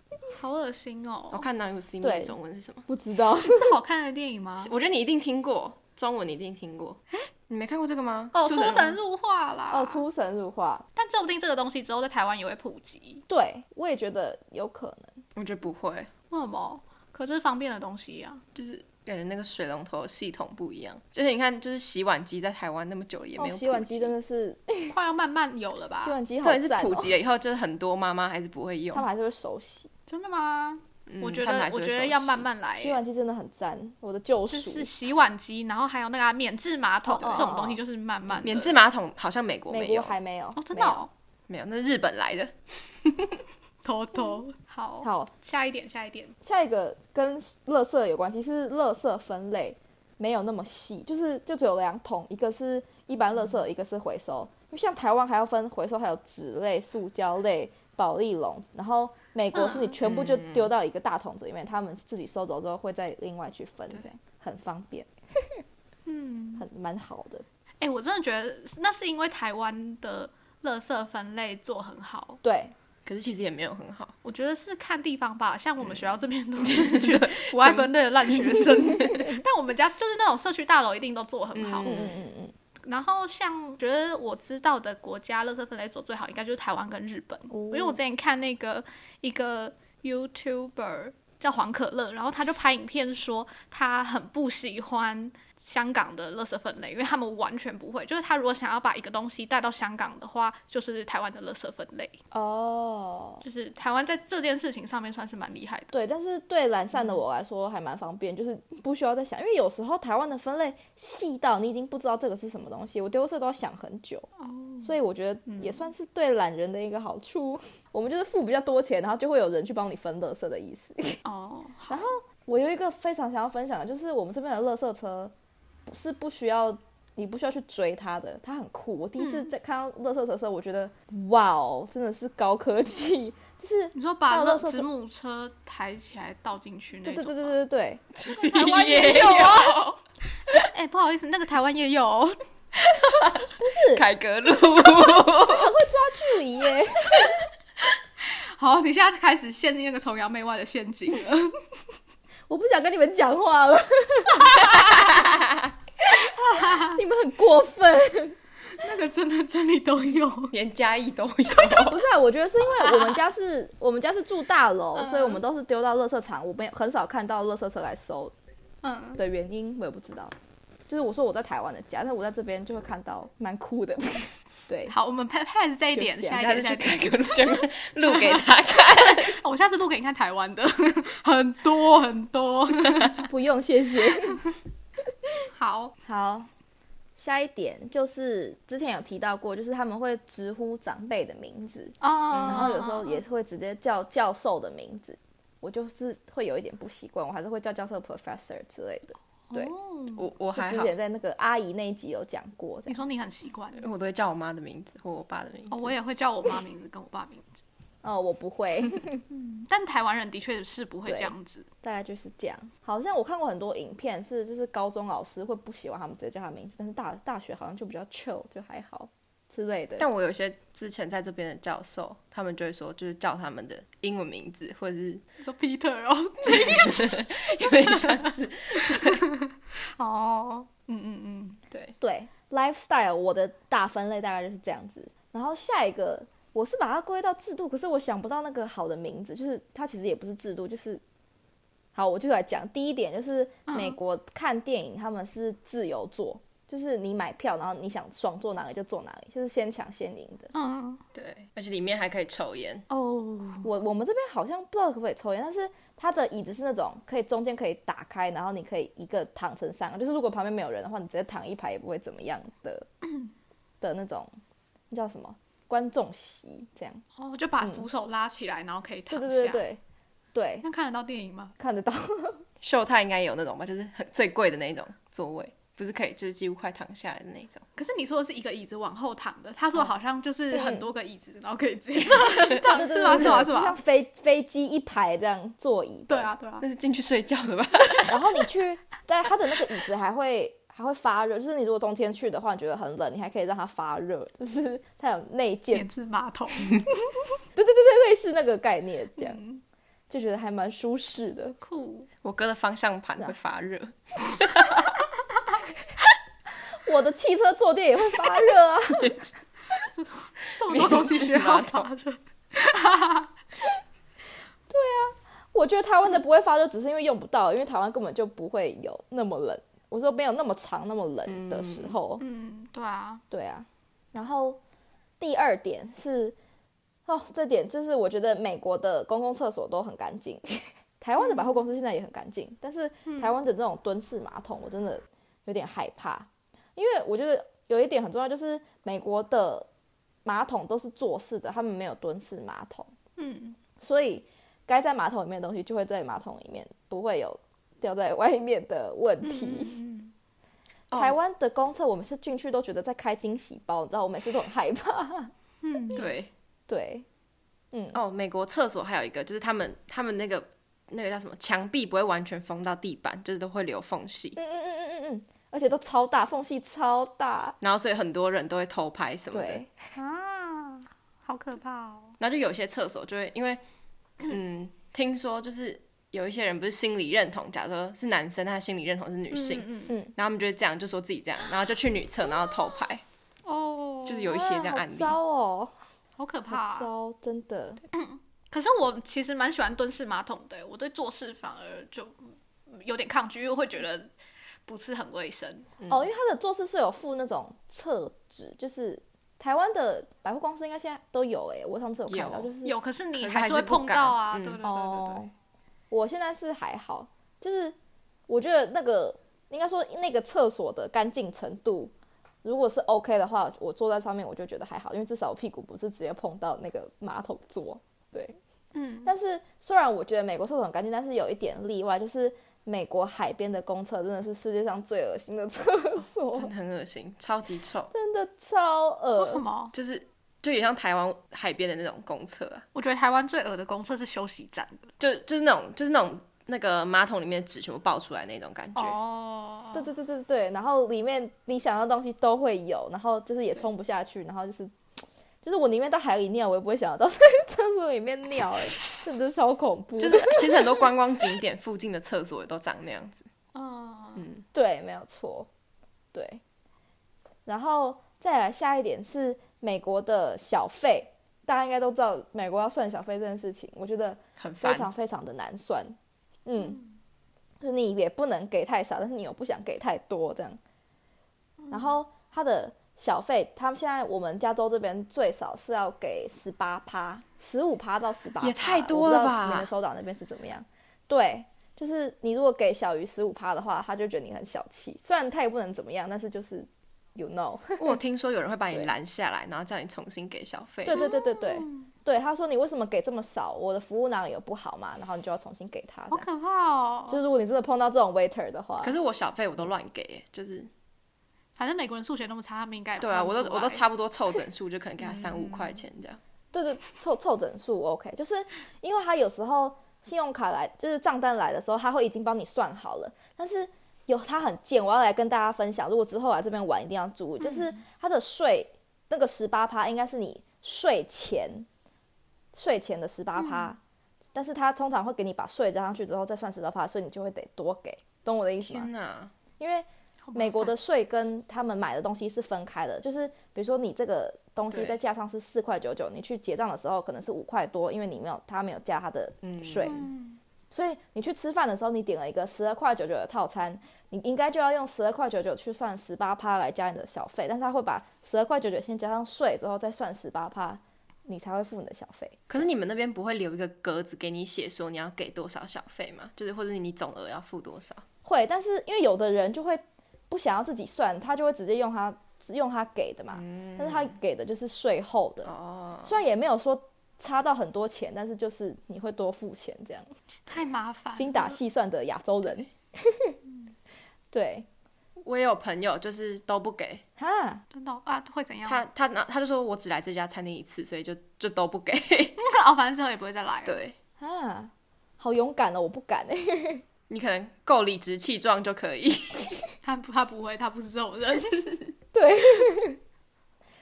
[SPEAKER 3] 好恶心哦！
[SPEAKER 4] 我看 Now You See Me
[SPEAKER 2] 对
[SPEAKER 4] 的中文是什么？
[SPEAKER 2] 不知道。
[SPEAKER 3] 是好看的电影吗？
[SPEAKER 4] 我觉得你一定听过，中文你一定听过。 你没看过这个吗？
[SPEAKER 3] 哦，
[SPEAKER 4] 出
[SPEAKER 3] 出神
[SPEAKER 4] 入
[SPEAKER 3] 入化啦！
[SPEAKER 2] 哦，出神入化，
[SPEAKER 3] 但说不定这个东西之后在台湾也会普及。
[SPEAKER 2] 对我也觉得有可能。
[SPEAKER 4] 我觉得不会，
[SPEAKER 3] 为什么？可这是方便的东西啊呀、
[SPEAKER 4] 就是感觉那个水龙头系统不一样。就是你看，就是洗碗机在台湾那么久了也没
[SPEAKER 2] 哦，
[SPEAKER 4] 有、啊
[SPEAKER 2] 洗碗机真，的是，
[SPEAKER 3] 快要慢慢有了吧
[SPEAKER 2] 洗？碗机
[SPEAKER 4] 重
[SPEAKER 2] 好
[SPEAKER 4] 点是
[SPEAKER 2] 赞
[SPEAKER 4] 普
[SPEAKER 2] 哦，
[SPEAKER 4] 及了以后，就是很多妈妈还是不会用
[SPEAKER 2] 他们。还是会手洗。
[SPEAKER 3] 真的吗？
[SPEAKER 4] 嗯
[SPEAKER 3] 我觉
[SPEAKER 4] 他们
[SPEAKER 3] 得
[SPEAKER 4] 还，是
[SPEAKER 3] 我
[SPEAKER 4] 会
[SPEAKER 3] 觉得
[SPEAKER 4] 熟
[SPEAKER 3] 要
[SPEAKER 4] 悉
[SPEAKER 3] 慢慢来
[SPEAKER 2] 洗
[SPEAKER 3] 耶、
[SPEAKER 2] 碗机真的很赞，我的救
[SPEAKER 3] 就
[SPEAKER 2] 赎。
[SPEAKER 3] 是洗碗机，然后还有那个啊免治马桶
[SPEAKER 2] 哦哦
[SPEAKER 3] 这种东
[SPEAKER 2] 哦
[SPEAKER 3] 西，就是慢慢的
[SPEAKER 4] 免治马桶好像美国
[SPEAKER 2] 美
[SPEAKER 4] 没有
[SPEAKER 2] 国，还没有
[SPEAKER 3] 哦，真的、哦，
[SPEAKER 4] 没有，那是日本来的。
[SPEAKER 3] 偷偷好
[SPEAKER 2] 没有好，
[SPEAKER 3] 下一点，下一点，
[SPEAKER 2] 下一个跟垃圾有关系，是垃圾分类没有那么细，就是就只有两桶，一个是一般垃圾，一个是回收。因为像台湾还要分回收，还有纸类、塑胶类、保利龙，然后美国是你全部就丢到一个大桶子里面，他们自己收走之后会再另外去分，这样很方便，
[SPEAKER 3] 嗯，
[SPEAKER 2] 很蛮好的。
[SPEAKER 3] 哎、我真的觉得是那是因为台湾的垃圾分类做很好，
[SPEAKER 2] 对，
[SPEAKER 4] 可是其实也没有很好，
[SPEAKER 3] 我觉得是看地方吧，像我们学校这边都是去 不爱分类的烂学生， 但我们家就是那种社区大楼一定都做很好。
[SPEAKER 2] 嗯嗯嗯
[SPEAKER 3] 然后像觉得我知道的国家垃圾分类所最好，应该就是台湾跟日本，
[SPEAKER 2] 哦
[SPEAKER 3] 因为我之前看那个一个 YouTuber 叫黄可乐，然后他就拍影片说他很不喜欢香港的垃圾分类，因为他们完全不会，就是他如果想要把一个东西带到香港的话，就是台湾的垃圾分类，
[SPEAKER 2] 嗯，哦。
[SPEAKER 3] 就是台湾在这件事情上面算是蛮厉害的。
[SPEAKER 2] 对，但是对懒散的我来说还蛮方便，就是不需要再想，因为有时候台湾的分类细到你已经不知道这个是什么东西，我丢色都要想很久，所以我觉得也算是对懒人的一个好处。我们就是付比较多钱，然后就会有人去帮你分垃圾的意思。
[SPEAKER 3] 哦，
[SPEAKER 2] 然后我有一个非常想要分享的，就是我们这边的垃圾车不是不需要你不需要去追它的，它很酷。我第一次在看到垃圾车的时候，我觉得哇哦，真的是高科技，就是
[SPEAKER 3] 你说把
[SPEAKER 2] 还有垃
[SPEAKER 3] 乐
[SPEAKER 2] 圾
[SPEAKER 3] 子母车抬起来倒进去那
[SPEAKER 2] 对
[SPEAKER 3] 种？
[SPEAKER 2] 对对对对对对。
[SPEAKER 3] 对，台湾 也有哦。 哎、不好意思，那个台湾也有哦。
[SPEAKER 4] 凯格路
[SPEAKER 2] 距离耶，
[SPEAKER 3] 好，你现在开始陷进那个崇洋媚外的陷阱了。
[SPEAKER 2] 我不想跟你们讲话 了，你们很过分。
[SPEAKER 3] 那个真的这里都有。
[SPEAKER 4] 连嘉义都有。
[SPEAKER 2] 不是、啊，我觉得是因为我们家 是，我们家是住大楼，所以我们都是丢到垃圾场，我们很少看到垃圾车来收
[SPEAKER 3] 嗯，
[SPEAKER 2] 的原因，我也不知道。就是我说我在台湾的家，但我在这边就会看到蛮酷 的。对，
[SPEAKER 3] 好，我们 pa- pass 这一点，
[SPEAKER 2] 就是这
[SPEAKER 3] 下
[SPEAKER 2] 样
[SPEAKER 3] 一
[SPEAKER 4] 下次
[SPEAKER 3] 点，下
[SPEAKER 4] 去
[SPEAKER 3] 一点。
[SPEAKER 4] 凯格路专门录给他 看。
[SPEAKER 3] 哦我下次录给你看台湾的， 很多很多。
[SPEAKER 2] 不用谢谢。
[SPEAKER 3] 好，
[SPEAKER 2] 好，下一点就是之前有提到过，就是他们会直呼长辈的名字，
[SPEAKER 3] 哦，
[SPEAKER 2] 嗯然后有时候也会直接叫教授的名字，我就是会有一点不习惯，我还是会叫教授 professor 之类的。对，
[SPEAKER 3] 哦
[SPEAKER 4] 我我还
[SPEAKER 2] 之
[SPEAKER 4] 好，
[SPEAKER 2] 前在那个阿姨那一集有讲过，这
[SPEAKER 3] 你
[SPEAKER 2] 样
[SPEAKER 3] 说你很习惯。
[SPEAKER 4] 我都会叫我妈的名字或我爸的名字。
[SPEAKER 3] 哦，我也会叫我妈名字跟我爸名字，
[SPEAKER 2] 哦，我不会，
[SPEAKER 3] 但台湾人的确是不会
[SPEAKER 2] 对
[SPEAKER 3] 这样子。
[SPEAKER 2] 大概就是这样。好像我看过很多影片是，就是高中老师会不喜欢他们直接叫他名字，但是大大学好像就比较 chill，就还好之类的。
[SPEAKER 4] 但我有一些之前在这边的教授，他们就会说，就是叫他们的英文名字，或者是
[SPEAKER 3] 你说 Peter 哦，
[SPEAKER 4] 有点像是
[SPEAKER 3] 哦，嗯嗯嗯，
[SPEAKER 4] 对
[SPEAKER 2] 对 lifestyle，我的大分类大概就是这样子。然后下一个我是把它归到制度，可是我想不到那个好的名字，就是它其实也不是制度，就是好，我就来讲第一点，就是美国看电影他们是自由座，就是你买票，然后你想爽坐哪里就坐哪里，就是先抢先赢的。
[SPEAKER 3] 嗯，
[SPEAKER 4] 对，而且里面还可以抽烟，
[SPEAKER 3] 哦，
[SPEAKER 2] 我我们这边好像不知道可不可以抽烟，但是它的椅子是那种可以中间可以打开，然后你可以一个躺成三个，就是如果旁边没有人的话，你直接躺一排也不会怎么样 的的那种，那叫什么观众席这样。
[SPEAKER 3] 哦，就把
[SPEAKER 2] 嗯
[SPEAKER 3] 扶手拉起来，然后可以躺
[SPEAKER 2] 对对对
[SPEAKER 3] 下。
[SPEAKER 2] 对对，
[SPEAKER 3] 那看得到电影吗？
[SPEAKER 2] 看得 到。
[SPEAKER 4] 秀泰应该有那种吧，就是很最贵的那种座位，不是可以就是几乎快躺下来的那种。
[SPEAKER 3] 可是你说的是一个椅子往后躺的，他说好像就是很多个椅子，然后可以直接 躺，
[SPEAKER 2] 对对
[SPEAKER 3] 是
[SPEAKER 2] 对
[SPEAKER 3] 吧？
[SPEAKER 2] 对
[SPEAKER 3] 是
[SPEAKER 2] 就
[SPEAKER 3] 吧？
[SPEAKER 2] 是像
[SPEAKER 3] 吧？
[SPEAKER 2] 飞飞机一排这样座椅。
[SPEAKER 3] 对。啊，对啊
[SPEAKER 4] 那，是进去睡觉的吧？
[SPEAKER 2] 然后你去，但它的那个椅子还会还会发热，就是你如果冬天去的话，你觉得很冷，你还可以让它发热，就是它有内建
[SPEAKER 3] 免，治马桶。
[SPEAKER 2] 类似那个概念这样，
[SPEAKER 3] 嗯，
[SPEAKER 2] 就觉得还蛮舒适的。
[SPEAKER 3] 酷。
[SPEAKER 4] 我哥的方向盘会发热，
[SPEAKER 2] 我的汽车坐垫也会发热啊，
[SPEAKER 3] 这么多东西需要发热，
[SPEAKER 2] 我觉得台湾的不会发热，只是因为用不到，因为台湾根本就不会有那么冷。我说没有那么长那么冷的时候，
[SPEAKER 3] 嗯，对啊，
[SPEAKER 2] 对啊。然后第二点是，哦，这点就是我觉得美国的公共厕所都很干净，台湾的百货公司现在也很干净，但是台湾的这种蹲式马桶，我真的有点害怕，因为我觉得有一点很重要，就是美国的马桶都是坐式的，他们没有蹲式马桶。
[SPEAKER 3] 嗯，
[SPEAKER 2] 所以该在马桶里面的东西就会在马桶里面，不会有掉在外面的问题。
[SPEAKER 3] 嗯，
[SPEAKER 4] 哦
[SPEAKER 2] 台湾的公厕，我们是进去都觉得在开惊喜包，你知道，我每次都很害怕。
[SPEAKER 3] 嗯，嗯，
[SPEAKER 4] 对。
[SPEAKER 2] 对，嗯，
[SPEAKER 4] 哦，美国厕所还有一个就是他们他们那个那个叫什么墙壁不会完全封到地板，就是都会留缝隙，
[SPEAKER 2] 嗯嗯嗯嗯嗯嗯，而且都超大，缝隙超大。
[SPEAKER 4] 然后所以很多人都会偷拍什么的。
[SPEAKER 2] 对，
[SPEAKER 3] 啊，好可怕哦。
[SPEAKER 4] 然后就有些厕所就会因为，嗯，听说就是有一些人不是心理认同，假如说是男生，他心理认同是女性，
[SPEAKER 3] 嗯，嗯
[SPEAKER 2] 嗯
[SPEAKER 4] 然后他们就会这样就说自己这样，然后就去女厕，然后偷拍，
[SPEAKER 3] 哦，
[SPEAKER 4] 就是有一些这样
[SPEAKER 2] 啊好
[SPEAKER 4] 案例。
[SPEAKER 2] 糟哦，
[SPEAKER 3] 好可怕
[SPEAKER 2] 好
[SPEAKER 3] 啊。
[SPEAKER 2] 糟，真的。
[SPEAKER 3] 可是我其实蛮喜欢蹲式马桶的，欸我对坐式反而就嗯有点抗拒，因为我会觉得不是很卫生。
[SPEAKER 2] 哦，因为它的坐式是有附那种厕纸，就是台湾的百货公司应该现在都有诶、我上次有看到，
[SPEAKER 4] 有
[SPEAKER 2] 就是
[SPEAKER 3] 有，可是你
[SPEAKER 4] 可是
[SPEAKER 3] 还
[SPEAKER 4] 还
[SPEAKER 3] 会
[SPEAKER 4] 是不
[SPEAKER 3] 碰到啊，
[SPEAKER 4] 敢
[SPEAKER 3] 对
[SPEAKER 4] 嗯
[SPEAKER 3] 对对对
[SPEAKER 2] 哦
[SPEAKER 3] 对，
[SPEAKER 2] 我现在是还好，就是我觉得那个应该说那个厕所的干净程度，如果是 OK 的话，我坐在上面我就觉得还好，因为至少我屁股不是直接碰到那个马桶座。对，
[SPEAKER 3] 嗯，
[SPEAKER 2] 但是虽然我觉得美国厕所很干净，但是有一点例外，就是美国海边的公厕真的是世界上最恶心的厕所，
[SPEAKER 4] 哦真的很恶心，超级臭，
[SPEAKER 2] 真的超
[SPEAKER 3] 为什
[SPEAKER 2] 恶。
[SPEAKER 3] 么？
[SPEAKER 4] 就是就也像台湾海边的那种公厕啊，
[SPEAKER 3] 我觉得台湾最恶的公厕是休息站的。
[SPEAKER 4] 就就是那种就是那种那个马桶里面的纸全部爆出来那种感觉。
[SPEAKER 3] 哦
[SPEAKER 2] 对对对对对，然后里面你想要的东西都会有，然后就是也冲不下去，然后就是就是我宁愿到海里尿，我也不会想要到厕所里面尿、欸，真的是超恐怖。
[SPEAKER 4] 就是其实很多观光景点附近的厕所也都长那样子。
[SPEAKER 3] 嗯，
[SPEAKER 4] 嗯，
[SPEAKER 2] 对，没有错，对。然后再来下一点是美国的小费，大家应该都知道美国要算小费这件事情，我觉得
[SPEAKER 4] 很
[SPEAKER 2] 非
[SPEAKER 4] 烦。
[SPEAKER 2] 常非常的难算。嗯，就是你也不能给太少，但是你又不想给太多这样。
[SPEAKER 4] 嗯
[SPEAKER 2] 然后他的小费，他们现在我们加州这边最少是要给十八趴，十五趴到十八，
[SPEAKER 4] 也太多了吧
[SPEAKER 2] 你的首长那边是怎么样？对，就是你如果给小于十五趴的话，他就觉得你很小气。虽然他也不能怎么样，但是就是，you know，
[SPEAKER 4] 我听说有人会把你
[SPEAKER 2] 对
[SPEAKER 4] 拦下来，然后叫你重新给小费。
[SPEAKER 2] 对对对对对对，他说你为什么给这么少？我的服务哪有不好嘛？然后你就要重新给他。这
[SPEAKER 3] 好
[SPEAKER 2] 样。
[SPEAKER 3] 可怕哦。
[SPEAKER 2] 就是如果你真的碰到这种 waiter 的话，
[SPEAKER 4] 可是我小费我都乱给耶，就是
[SPEAKER 3] 反正美国人数学那么差，他们应该也
[SPEAKER 4] 对啊，
[SPEAKER 3] 不
[SPEAKER 4] 我
[SPEAKER 3] 看
[SPEAKER 4] 都
[SPEAKER 3] 得出
[SPEAKER 4] 我都
[SPEAKER 3] 来
[SPEAKER 4] 差不多凑整数，就可 能给他三五块钱这样。
[SPEAKER 2] 对对，凑凑整数 OK，就是因为他有时候信用卡来，就是账单来的时候，他会已经帮你算好了，但是有他很贱，我要来跟大家分享，如果之后来这边玩一定要
[SPEAKER 4] 嗯
[SPEAKER 2] 注意，就是他的税那个十八趴应该是你税前税前的十八
[SPEAKER 4] 嗯
[SPEAKER 2] 趴，但是他通常会给你把税加上去之后再算十八趴，所以你就会得多给，懂我的意思吗
[SPEAKER 4] 天？哪，
[SPEAKER 2] 因为
[SPEAKER 3] 好麻
[SPEAKER 2] 美国的
[SPEAKER 3] 烦
[SPEAKER 2] 税跟他们买的东西是分开的，就是比如说你这个东西
[SPEAKER 4] 对
[SPEAKER 2] 在架上是
[SPEAKER 4] 嗯
[SPEAKER 2] 四块九九，你去结账的时候可能是五块多，因为你没有他没有加他的税，
[SPEAKER 3] 嗯
[SPEAKER 2] 所以你去吃饭的时候，你点了一个十二块九九的套餐，你应该就要用十二块九九去算十八趴来加你的小费，但是他会把十二块九九先加上税，之后再算十八趴，你才会付你的小费。
[SPEAKER 4] 可是你们那边不会留一个格子给你写说你要给多少小费吗？就是或者你总额要付多少？
[SPEAKER 2] 会，但是因为有的人就会不想要自己算，他就会直接用他用他给的嘛，但是他给的就是税后的，
[SPEAKER 4] 哦，
[SPEAKER 2] 虽然也没有说差到很多钱，但是就是你会多付钱这样。
[SPEAKER 3] 太麻烦了。
[SPEAKER 2] 精打细算的亚洲人。对，
[SPEAKER 4] 我也有朋友就是都不给，
[SPEAKER 2] 哈，
[SPEAKER 3] 真的哦啊，会怎样？
[SPEAKER 4] 他他拿他就说我只来这家餐厅一次，所以就就都不给。
[SPEAKER 3] 哦，反正之后也不会再来了。
[SPEAKER 4] 对
[SPEAKER 2] 哈，好勇敢哦！我不敢哎、
[SPEAKER 4] 你可能够理直气壮就可以。
[SPEAKER 3] 他不他不会，他不是这种人。
[SPEAKER 2] 对，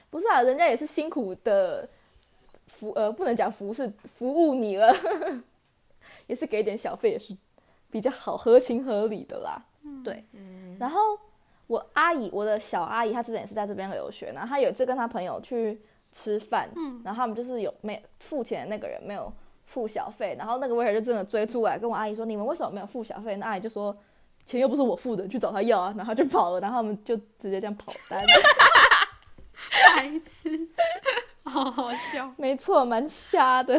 [SPEAKER 2] 不是啊，人家也是辛苦的服呃，不能讲服是服务你了， 也是给点小费，也是比较好，合情合理的啦。对，然后我阿姨，我的小阿姨，她之前也是在这边留学，然后她有一次跟她朋友去吃饭，然后他们就是有没付钱的那个人没有付小费，然后那个 waiter 就真的追出来跟我阿姨说：“你们为什么没有付小费？”那阿姨就说：“钱又不是我付的，你去找他要啊。”然后他就跑了，然后他们就直接这样跑单。
[SPEAKER 3] 白 痴，好好笑。
[SPEAKER 2] 没错，蛮瞎的。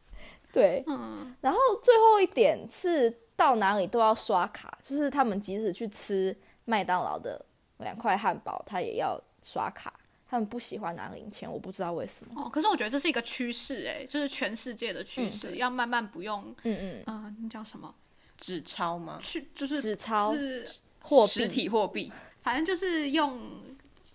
[SPEAKER 2] 对，
[SPEAKER 3] 嗯，
[SPEAKER 2] 然后最后一点是到哪里都要刷卡，就是他们即使去吃麦当劳的两块汉堡，他也要刷卡。他们不喜欢拿零钱，我不知道为什么。
[SPEAKER 3] 哦，可是我觉得这是一个趋势，哎，就是全世界的趋势，要慢慢不用，
[SPEAKER 2] 嗯嗯，
[SPEAKER 3] 嗯、那叫什么？
[SPEAKER 4] 纸钞吗？
[SPEAKER 3] 去就是
[SPEAKER 2] 纸
[SPEAKER 3] 就
[SPEAKER 2] 钞、
[SPEAKER 3] 是，
[SPEAKER 2] 货
[SPEAKER 4] 实
[SPEAKER 2] 币，
[SPEAKER 4] 体货币。
[SPEAKER 3] 反正就是用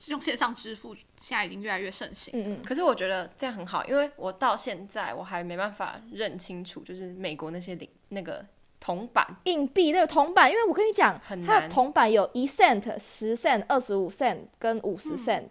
[SPEAKER 3] 用线上支付，现在已经越来越盛行。
[SPEAKER 2] 嗯嗯，
[SPEAKER 4] 可是我觉得这样很好，因为我到现在我还没办法认清楚，就是美国那些零那个铜板，
[SPEAKER 2] 硬币那个铜板，因为我跟你讲，
[SPEAKER 4] 很
[SPEAKER 2] 它的
[SPEAKER 4] 难
[SPEAKER 2] 铜板有一 cent、十 cent、二十五 cent 跟五十 cent，、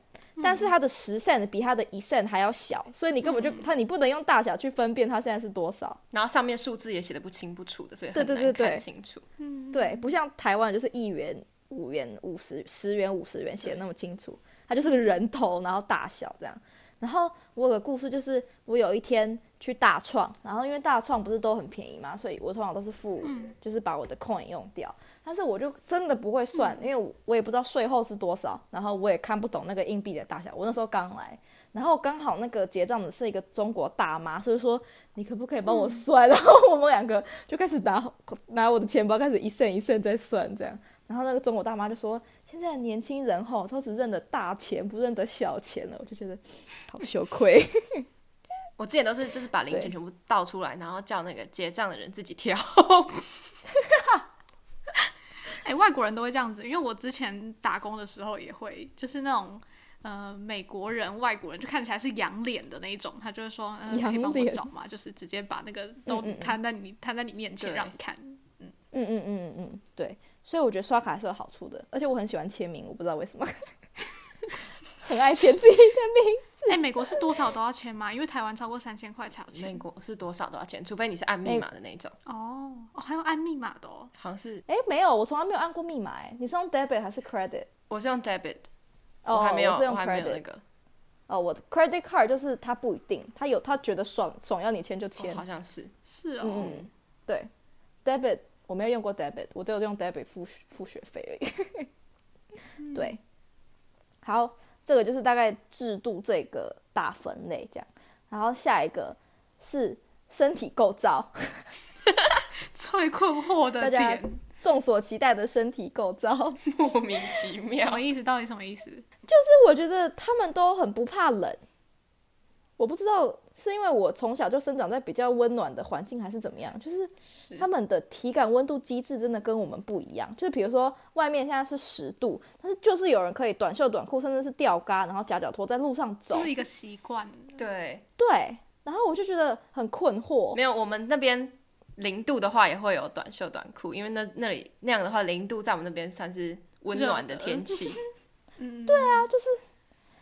[SPEAKER 2] 但是它的十 cent 比它的一 cent 还要小，所以你根本就它你不能用大小去分辨它现在是多少。
[SPEAKER 4] 然后上面数字也写的不清不楚的，所以
[SPEAKER 2] 对
[SPEAKER 4] 很
[SPEAKER 2] 对
[SPEAKER 4] 难
[SPEAKER 2] 对对
[SPEAKER 4] 看清楚。
[SPEAKER 3] 嗯，
[SPEAKER 2] 对，不像台湾就是一元、五元、五十、十元、五十元写的那么清楚，它就是个人头，然后大小这样。然后我有个故事，就是我有一天去大创，然后因为大创不是都很便宜嘛，所以我通常都是付，就是把我的 coin 用掉。但是我就真的不会算，因为我我也不知道税后是多少，然后我也看不懂那个硬币的大小。我那时候刚来，然后刚好那个结账的是一个中国大妈，所以说你可不可以帮我算？然后我们两个就开始拿拿我的钱包，开始一剩一剩在算这样。然后那个中国大妈就说：“现在的年轻人吼，都只认得大钱，不认得小钱了。”我就觉得好羞愧。
[SPEAKER 4] 我之前都是就是把零
[SPEAKER 2] 对
[SPEAKER 4] 钱全部倒出来，然后叫那个结账的人自己挑。
[SPEAKER 3] 哎、外国人都会这样子，因为我之前打工的时候也会，就是那种。呃，美国人、外国人就看起来是仰脸的那一种，他就会说，嗯、可
[SPEAKER 2] 仰
[SPEAKER 3] 以帮我
[SPEAKER 2] 脸
[SPEAKER 3] 找嘛，就是直接把那个都
[SPEAKER 2] 嗯嗯嗯
[SPEAKER 3] 摊在你摊在你面前
[SPEAKER 4] 对
[SPEAKER 3] 让你看。
[SPEAKER 2] 嗯嗯嗯嗯嗯，对，所以我觉得刷卡是有好处的，而且我很喜欢签名，我不知道为什么，很爱 签自己
[SPEAKER 3] 哎、美国是多少都要签吗？因为台湾超过三千块才有
[SPEAKER 4] 美
[SPEAKER 3] 签。
[SPEAKER 4] 国是多少多少钱？除非你是按密码的那种，
[SPEAKER 3] 哦哦，还有按密码的哦。
[SPEAKER 4] 好像是
[SPEAKER 2] 哎，没有，我从来没有按过密码。哎，你是用 debit 还是 credit？
[SPEAKER 4] 我是用 debit，、
[SPEAKER 2] 哦，
[SPEAKER 4] 我还没有
[SPEAKER 2] 我是用
[SPEAKER 4] 我还没
[SPEAKER 2] credit
[SPEAKER 4] 有那个，
[SPEAKER 2] 哦，我的 credit card 就是他不一定，他有他觉得爽爽要你签就
[SPEAKER 4] 我
[SPEAKER 2] 签。
[SPEAKER 4] 哦好像是
[SPEAKER 3] 是哦，
[SPEAKER 2] 嗯，嗯对，debit 我没有用过 debit，我只有用 debit 付学付学费而已。 对，好，这个就是大概制度这个大分类这样，然后下一个是身体构造。
[SPEAKER 3] 最困惑的
[SPEAKER 2] 大家
[SPEAKER 3] 点，
[SPEAKER 2] 众所期待的身体构造，就是
[SPEAKER 4] 莫名其
[SPEAKER 3] 什
[SPEAKER 4] 妙
[SPEAKER 3] 么。意思？到底什么意思？
[SPEAKER 2] 我觉得他们都很不怕冷。我不知道是因为我从小就生长在比较温暖的环境，还是怎么样，就是
[SPEAKER 4] 是
[SPEAKER 2] 他们的体感温度机制真的跟我们不一样。就是比如说外面现在是十度，但是就是有人可以短袖短裤，甚至是吊嘎，然后夹脚拖在路上走
[SPEAKER 3] 这。是一个习惯。
[SPEAKER 4] 对，
[SPEAKER 2] 对，然后我就觉得很困惑
[SPEAKER 4] 没。有我们那边零度的话也会有短袖短裤，因为那那里那样的话，零度在我们那边算是温暖的
[SPEAKER 3] 热的
[SPEAKER 4] 天气。
[SPEAKER 3] 嗯，对啊，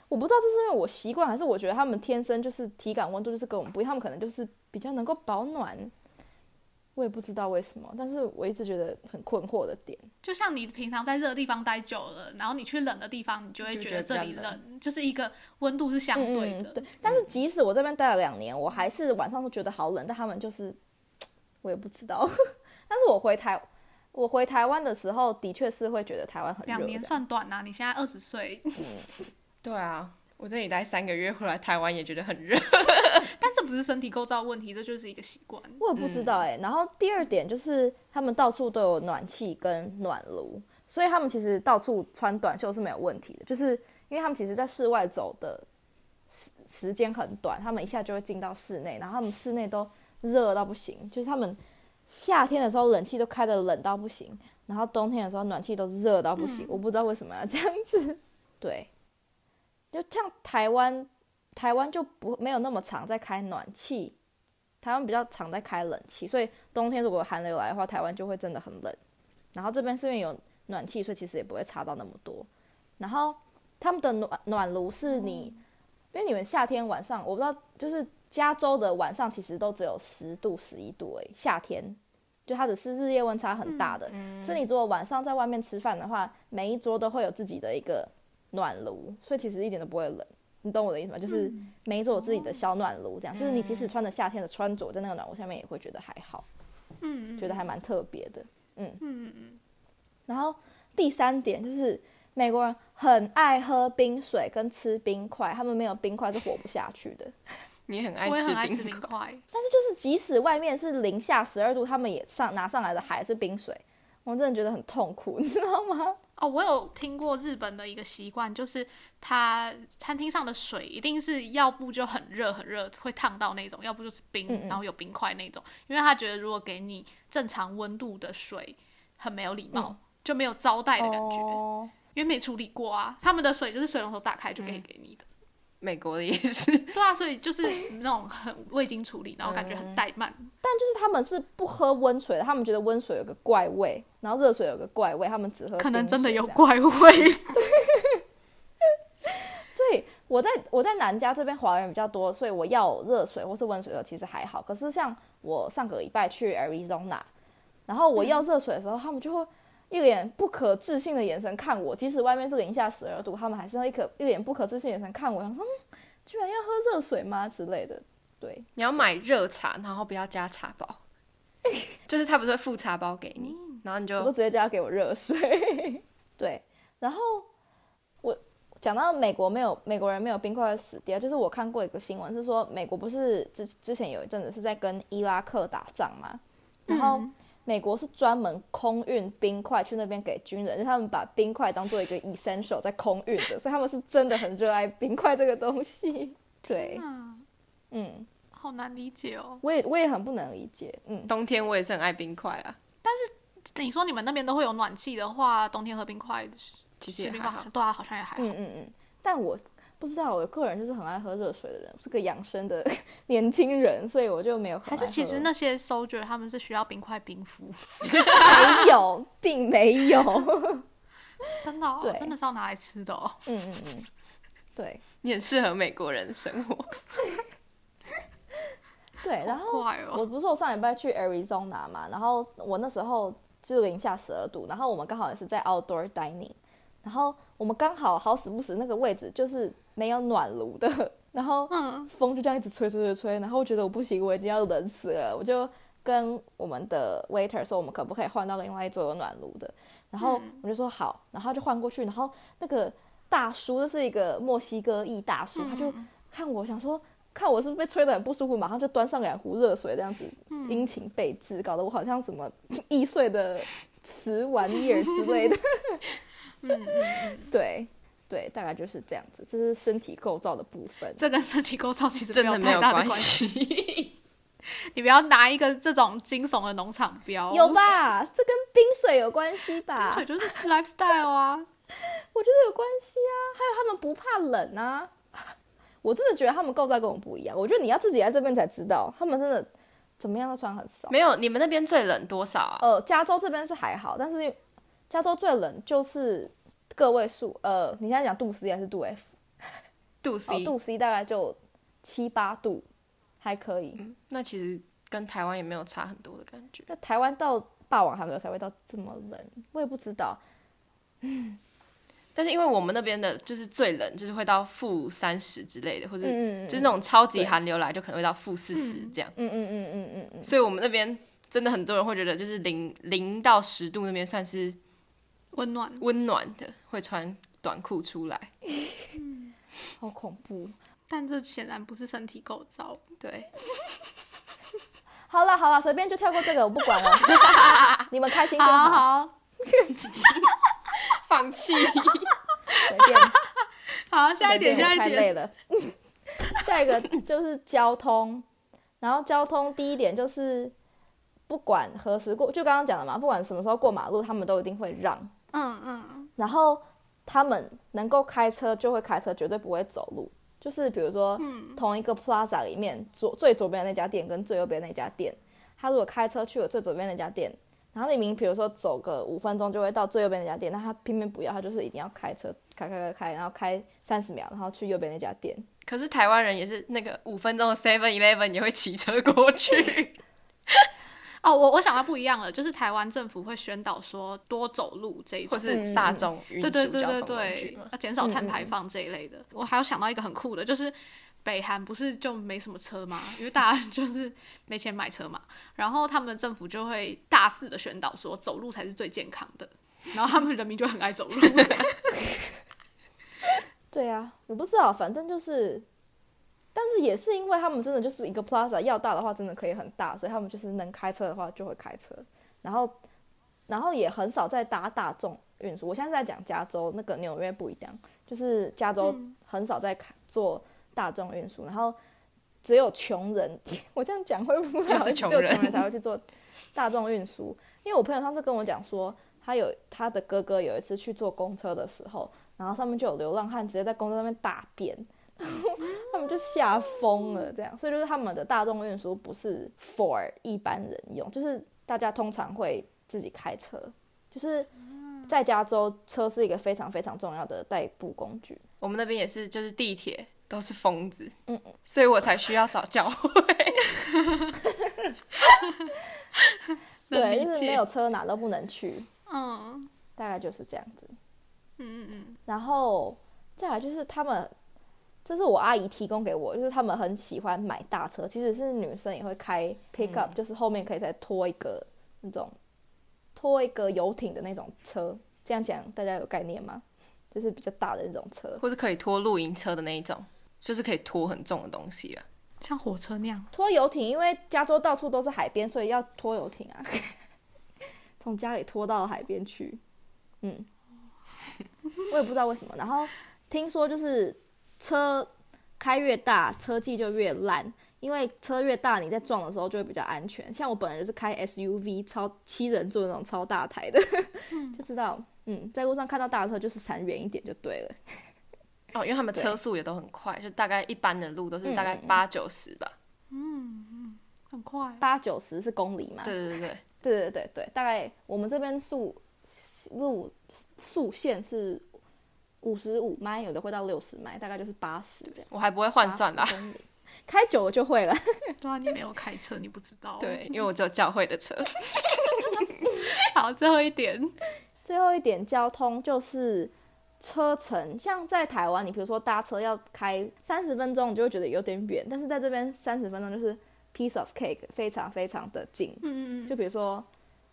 [SPEAKER 2] 我不知道这是因为我习惯，还是我觉得他们天生就是体感温度就是跟我们不一样，他们可能就是比较能够保暖。我也不知道为什么，但是我一直觉得很困惑的点。
[SPEAKER 3] 就像你平常在热的地方待久了，然后你去冷的地方，你就会
[SPEAKER 4] 就
[SPEAKER 3] 觉
[SPEAKER 4] 觉
[SPEAKER 3] 得
[SPEAKER 4] 得
[SPEAKER 3] 这
[SPEAKER 4] 比较
[SPEAKER 3] 里冷，
[SPEAKER 4] 冷
[SPEAKER 3] 就是一个温度是相对的。
[SPEAKER 2] 嗯
[SPEAKER 3] 嗯
[SPEAKER 2] 对。但是即使我这边待了两年，我还是晚上都觉得好冷，但他们就是我也不知道， 但是我回台，我回台湾的时候，的确是会觉得台湾很热
[SPEAKER 3] 两
[SPEAKER 2] 这
[SPEAKER 3] 年
[SPEAKER 2] 样。
[SPEAKER 3] 算短啊啦、你现在二十岁，
[SPEAKER 4] 对啊，我这里待三个月，回来台湾也觉得很热。
[SPEAKER 3] 但这不是身体构造问题，这就是一个习惯。
[SPEAKER 2] 我也不知道哎、然后第二点就是他们到处都有暖气跟暖炉，所以他们其实到处穿短袖是没有问题的，就是因为他们其实在室外走的时时间很短，他们一下就会进到室内，然后他们室内都热到不行，就是他们夏天的时候冷气都开的冷到不行，然后冬天的时候暖气都热到不行，我不知道为什么要这样子。对，就像台湾，台湾就不没有那么常在开暖气，台湾比较常在开冷气，所以冬天如果寒流来的话，台湾就会真的很冷。然后这边是因为有暖气，所以其实也不会差到那么多。然后他们的暖暖炉是你，因为你们夏天晚上，我不知道，就是加州的晚上其实都只有十度、十一度而已，夏天就它只是日夜温差很大的，所以你如果晚上在外面吃饭的话，每一桌都会有自己的一个暖炉，所以其实一点都不会冷。你懂我的意思吗？就是每一桌有自己的小暖炉，这样、就是你即使穿着夏天的穿着，在那个暖炉下面也会觉得还好，
[SPEAKER 3] 嗯，
[SPEAKER 2] 觉得还蛮特别的。
[SPEAKER 3] 嗯嗯
[SPEAKER 2] 然后第三点就是美国人很爱喝冰水跟吃冰块，他们没有冰块是活不下去的。
[SPEAKER 4] 你也
[SPEAKER 3] 嗯，
[SPEAKER 4] 很爱
[SPEAKER 3] 我也
[SPEAKER 4] 吃
[SPEAKER 3] 很爱吃
[SPEAKER 4] 冰
[SPEAKER 3] 冰
[SPEAKER 4] 块，
[SPEAKER 3] 块，
[SPEAKER 2] 但是就是即使外面是零下十二度，他们也上拿上来的还是冰水，我真的觉得很痛苦，你知道 吗？
[SPEAKER 3] 哦，我有听过日本的一个习惯，就是它餐厅上的水一定是要不就很热很热会烫到那种，要不就是冰，
[SPEAKER 2] 嗯嗯
[SPEAKER 3] 然后有冰块那种，因为他觉得如果给你正常温度的水，很没有礼貌，就没有招待的感觉，
[SPEAKER 2] 哦
[SPEAKER 3] 因为没处理过啊。他们的水就是水龙头打开就可以给你的，
[SPEAKER 4] 美国的也是，
[SPEAKER 3] 对啊，所以就是那种很未经处理，然后感觉很怠慢。
[SPEAKER 4] 嗯
[SPEAKER 2] 但就是他们是不喝温水的，他们觉得温水有个怪味，然后热水有个怪味，他们只喝
[SPEAKER 3] 可能
[SPEAKER 2] 冰
[SPEAKER 3] 真的
[SPEAKER 2] 水
[SPEAKER 3] 有
[SPEAKER 2] 这样
[SPEAKER 3] 怪味，
[SPEAKER 2] 所以我在我在南加这边华人比较多，所以我要热水或是温水的其实还好。可是像我上个礼拜去 Arizona，然后我要热水的时候，他们就会一脸不可置信的眼神看我，即使外面是零下十二度，他们还是会一可一脸不可置信的眼神看我，想说、嗯、居然要喝热水吗之类的。对，
[SPEAKER 4] 你要买热茶，然后不要加茶包， 就是他不是会附茶包给你，然后你
[SPEAKER 2] 我都
[SPEAKER 4] 就
[SPEAKER 2] 直接叫他给我热水。对，然后我讲到美国没有美国人没有冰块会死掉，就是我看过一个新闻是说，美国不是之之前有一阵子是在跟伊拉克打仗嘛，然后
[SPEAKER 3] 嗯
[SPEAKER 2] 美国是专门空运冰块去那边给军人，就是他们把冰块当做一个 essential 在空运的，所以他们是真的很热爱冰块这个东西。 对，
[SPEAKER 3] 嗯，
[SPEAKER 2] 嗯，
[SPEAKER 3] 好难理解哦。
[SPEAKER 2] 我也我也很不能理解，嗯，
[SPEAKER 4] 冬天我也是很爱冰块啊，
[SPEAKER 3] 你说你们那边都会有暖气的话，冬天喝冰块
[SPEAKER 4] 其实
[SPEAKER 3] 吃
[SPEAKER 4] 也
[SPEAKER 3] 冰
[SPEAKER 4] 还
[SPEAKER 3] 块好
[SPEAKER 4] 好
[SPEAKER 3] 像。对啊，好像也还好。
[SPEAKER 2] 嗯嗯嗯，但我不知道，我个人就是很爱喝热水的人，我是个养生的 年轻人，所以我就没有很
[SPEAKER 3] 还是
[SPEAKER 2] 爱
[SPEAKER 3] 其
[SPEAKER 2] 喝
[SPEAKER 3] 实那些 soldier 他们是需要冰块冰敷，
[SPEAKER 2] 没有，并没有。
[SPEAKER 3] 嗯真的、哦，
[SPEAKER 2] 对
[SPEAKER 3] 真的是要拿来吃的哦。
[SPEAKER 2] 嗯嗯嗯，对
[SPEAKER 4] 你很适合美国人的生活，
[SPEAKER 2] 对，然后
[SPEAKER 3] 快
[SPEAKER 2] 我
[SPEAKER 3] 哦，
[SPEAKER 2] 不是我上礼拜去 Arizona 嘛，然后我那时候就是零下十二度，然后我们刚好也是在 outdoor dining，然后我们刚好好死不死那个位置就是没有暖炉的，然后
[SPEAKER 3] 嗯，
[SPEAKER 2] 风就这样一直吹吹吹吹，然后我觉得我不行，我已经要冷死了，我就跟我们的 waiter 说，我们可不可以换到另外一桌有暖炉的？然后
[SPEAKER 3] 嗯
[SPEAKER 2] 我就说好，然后他就换过去，然后那个大叔，这是一个墨西哥裔大叔，他就看我想说。看我是不是被吹得很不舒服，马上就端上两壶热水，这样子殷勤备至，搞得我好像什么 易碎的瓷玩意儿之类 的。嗯对对，大概就是这样子，这是身体构造的部分。
[SPEAKER 3] 这跟身体构造其实
[SPEAKER 4] 真的
[SPEAKER 3] 有
[SPEAKER 4] 没
[SPEAKER 3] 太
[SPEAKER 4] 有
[SPEAKER 3] 大的
[SPEAKER 4] 关
[SPEAKER 3] 关 系。
[SPEAKER 4] 系。
[SPEAKER 3] 你不要拿一个这种惊悚的农场标，
[SPEAKER 2] 有吧？这跟冰水有关系吧？
[SPEAKER 3] 对，就是 lifestyle 啊。
[SPEAKER 2] 我觉得有关系啊。还有他们不怕冷啊。 我真的觉得他们构造跟我们不一样。我觉得你要自己来这边才知道，他们真的怎么样都穿很少。
[SPEAKER 4] 没有，你们那边最冷多少啊？
[SPEAKER 2] 呃，加州这边是还好，但是加州最冷就是个位数。呃，你现在讲度 C 还是度 F？
[SPEAKER 4] 度
[SPEAKER 2] 哦，
[SPEAKER 4] C，
[SPEAKER 2] 度 C 大概就七八度，还可以。
[SPEAKER 4] 那其实跟台湾也没有差很多的感觉。
[SPEAKER 2] 那台湾到霸王寒流才会到这么冷，我也不知道。
[SPEAKER 4] 但是因为我们那边的就是最冷，就是会到负三十之类的，或者
[SPEAKER 2] 嗯嗯嗯
[SPEAKER 4] 就是那种超级
[SPEAKER 2] 对
[SPEAKER 4] 寒流来就可能会到负四十这样，
[SPEAKER 2] 嗯嗯嗯嗯嗯嗯，
[SPEAKER 4] 所以我们那边真的很多人会觉得，就是零零到十度那边算是
[SPEAKER 3] 温暖。
[SPEAKER 4] 温暖的，会穿短裤出来。
[SPEAKER 2] 好恐怖。
[SPEAKER 3] 但这显然不是身体构造。
[SPEAKER 4] 对，
[SPEAKER 2] 好了好了，随便就跳过这个，我不 管了，你们开心就
[SPEAKER 3] 好
[SPEAKER 2] 好，
[SPEAKER 3] 好
[SPEAKER 4] 放弃。
[SPEAKER 2] 随便。
[SPEAKER 3] 好，下一
[SPEAKER 2] 随
[SPEAKER 3] 点，
[SPEAKER 2] 便
[SPEAKER 3] 下
[SPEAKER 2] 我太
[SPEAKER 3] 一
[SPEAKER 2] 累
[SPEAKER 3] 点。
[SPEAKER 2] 了。 下一个就是交通，然后交通第一点就是不管何时过，就刚刚讲的嘛，不管什么时候过马路，他们都一定会让。
[SPEAKER 3] 嗯嗯，
[SPEAKER 2] 然后他们能够开车就会开车，绝对不会走路。就是比如说，同一个 plaza 里面左最左边的那家店跟最右边那家店，他如果开车去了最左边那家店，然后明明比如说走个五分钟就会到最右边那家店，那他偏偏不要，他就是一定要开车开开开开，然后开三十秒，然后去右边那家店。
[SPEAKER 4] 可是台湾人也是那个五分钟的 Seven Eleven 也会骑车 过去。
[SPEAKER 3] 哦，我我想到不一样了，就是台湾政府会宣导说多走路这一
[SPEAKER 4] 或
[SPEAKER 3] 种，
[SPEAKER 4] 是大众运
[SPEAKER 3] 对
[SPEAKER 4] 输
[SPEAKER 3] 对对
[SPEAKER 4] 交
[SPEAKER 3] 对
[SPEAKER 4] 通工具
[SPEAKER 3] 对
[SPEAKER 4] 嘛，
[SPEAKER 3] 要减少碳
[SPEAKER 2] 嗯嗯嗯
[SPEAKER 3] 排放这一类的。我还有想到一个很酷的，就是北韩不是就没什么车吗？因为大家 就是没钱买车嘛，然后他们政府就会大肆的宣导说走路才是最健康的，然后他们人民就很爱 走路。
[SPEAKER 2] 对啊，我不知道，反正就是，但是也是因为他们真的就是一个 plaza 要大的话，真的可以很大，所以他们就是能开车的话就会开车，然后，然后也很少在搭大众运输。我现在是在讲加州，那个纽约不一样，就是加州很少在开坐大众运输，然后只有穷人， 我这样讲会不会
[SPEAKER 4] 又
[SPEAKER 2] 好像
[SPEAKER 4] 是穷
[SPEAKER 2] 只有
[SPEAKER 4] 人
[SPEAKER 2] 穷人才会去坐大众运输？因为我朋友上次跟我讲说，他有他的哥哥有一次去坐公车的时候，然后上面就有流浪汉直接在公车上面大便，然后他们就吓疯了，这样，所以就是他们的大众运输不是 for 一般人用，就是大家通常会自己开车，就是在加州车是一个非常非常重要的代步工具，
[SPEAKER 4] 我们那边也是，就是地铁都是疯子，
[SPEAKER 2] 嗯
[SPEAKER 4] 所以我才需要找教会。
[SPEAKER 3] 能
[SPEAKER 2] 对，
[SPEAKER 3] 理
[SPEAKER 2] 就是
[SPEAKER 3] 解
[SPEAKER 2] 没有车哪都不能去，
[SPEAKER 3] 嗯
[SPEAKER 2] 大概就是这样子。
[SPEAKER 3] 嗯嗯嗯，
[SPEAKER 2] 然后再来就是他们，这是我阿姨提供给我，就是他们很喜欢买大车，其实是女生也会开 pickup，、就是后面可以再拖一个那种拖一个游艇的那种车。这样讲大家有概念吗？就是比较大的那种车，
[SPEAKER 4] 或是可以拖露营车的那一种，就是可以拖很重的东西了。
[SPEAKER 3] 像火车那样。
[SPEAKER 2] 拖游艇，因为加州到处都是海边，所以要拖游艇啊， 从家里拖到海边去。嗯，我也不知道为什么。然后听说就是车开越大，车技就越烂，因为车越大，你在撞的时候就会比较安全。像我本人就是开 SUV 超七人座那种超大台的， 就知道，嗯，在路上看到大车就是闪远一点就对了。
[SPEAKER 4] 哦，因为他们
[SPEAKER 2] 对
[SPEAKER 4] 车速也都很快，就大概一般的路都是大概
[SPEAKER 2] 嗯嗯嗯
[SPEAKER 4] 八九十吧。
[SPEAKER 3] 很快，
[SPEAKER 2] 八九十是公里嘛？
[SPEAKER 4] 对对对，
[SPEAKER 2] 对对对对，大概我们这边速路速限是五十五迈，有的会到六十迈，大概就是八十这样。
[SPEAKER 4] 我还不会换算啊啦
[SPEAKER 2] 80。公里，开久了就会了。
[SPEAKER 3] 对啊，你没有开车，你不知道。
[SPEAKER 4] 对，，因为我只有教会的 车。
[SPEAKER 3] 好，最后一点，
[SPEAKER 2] 最后一点，交通就是车程，像在台湾，你比如说搭车要开三十分钟，你就会觉得有点远，但是在这边三十分钟就是 piece of cake，非常非常的近。
[SPEAKER 3] 嗯嗯
[SPEAKER 2] 就比如说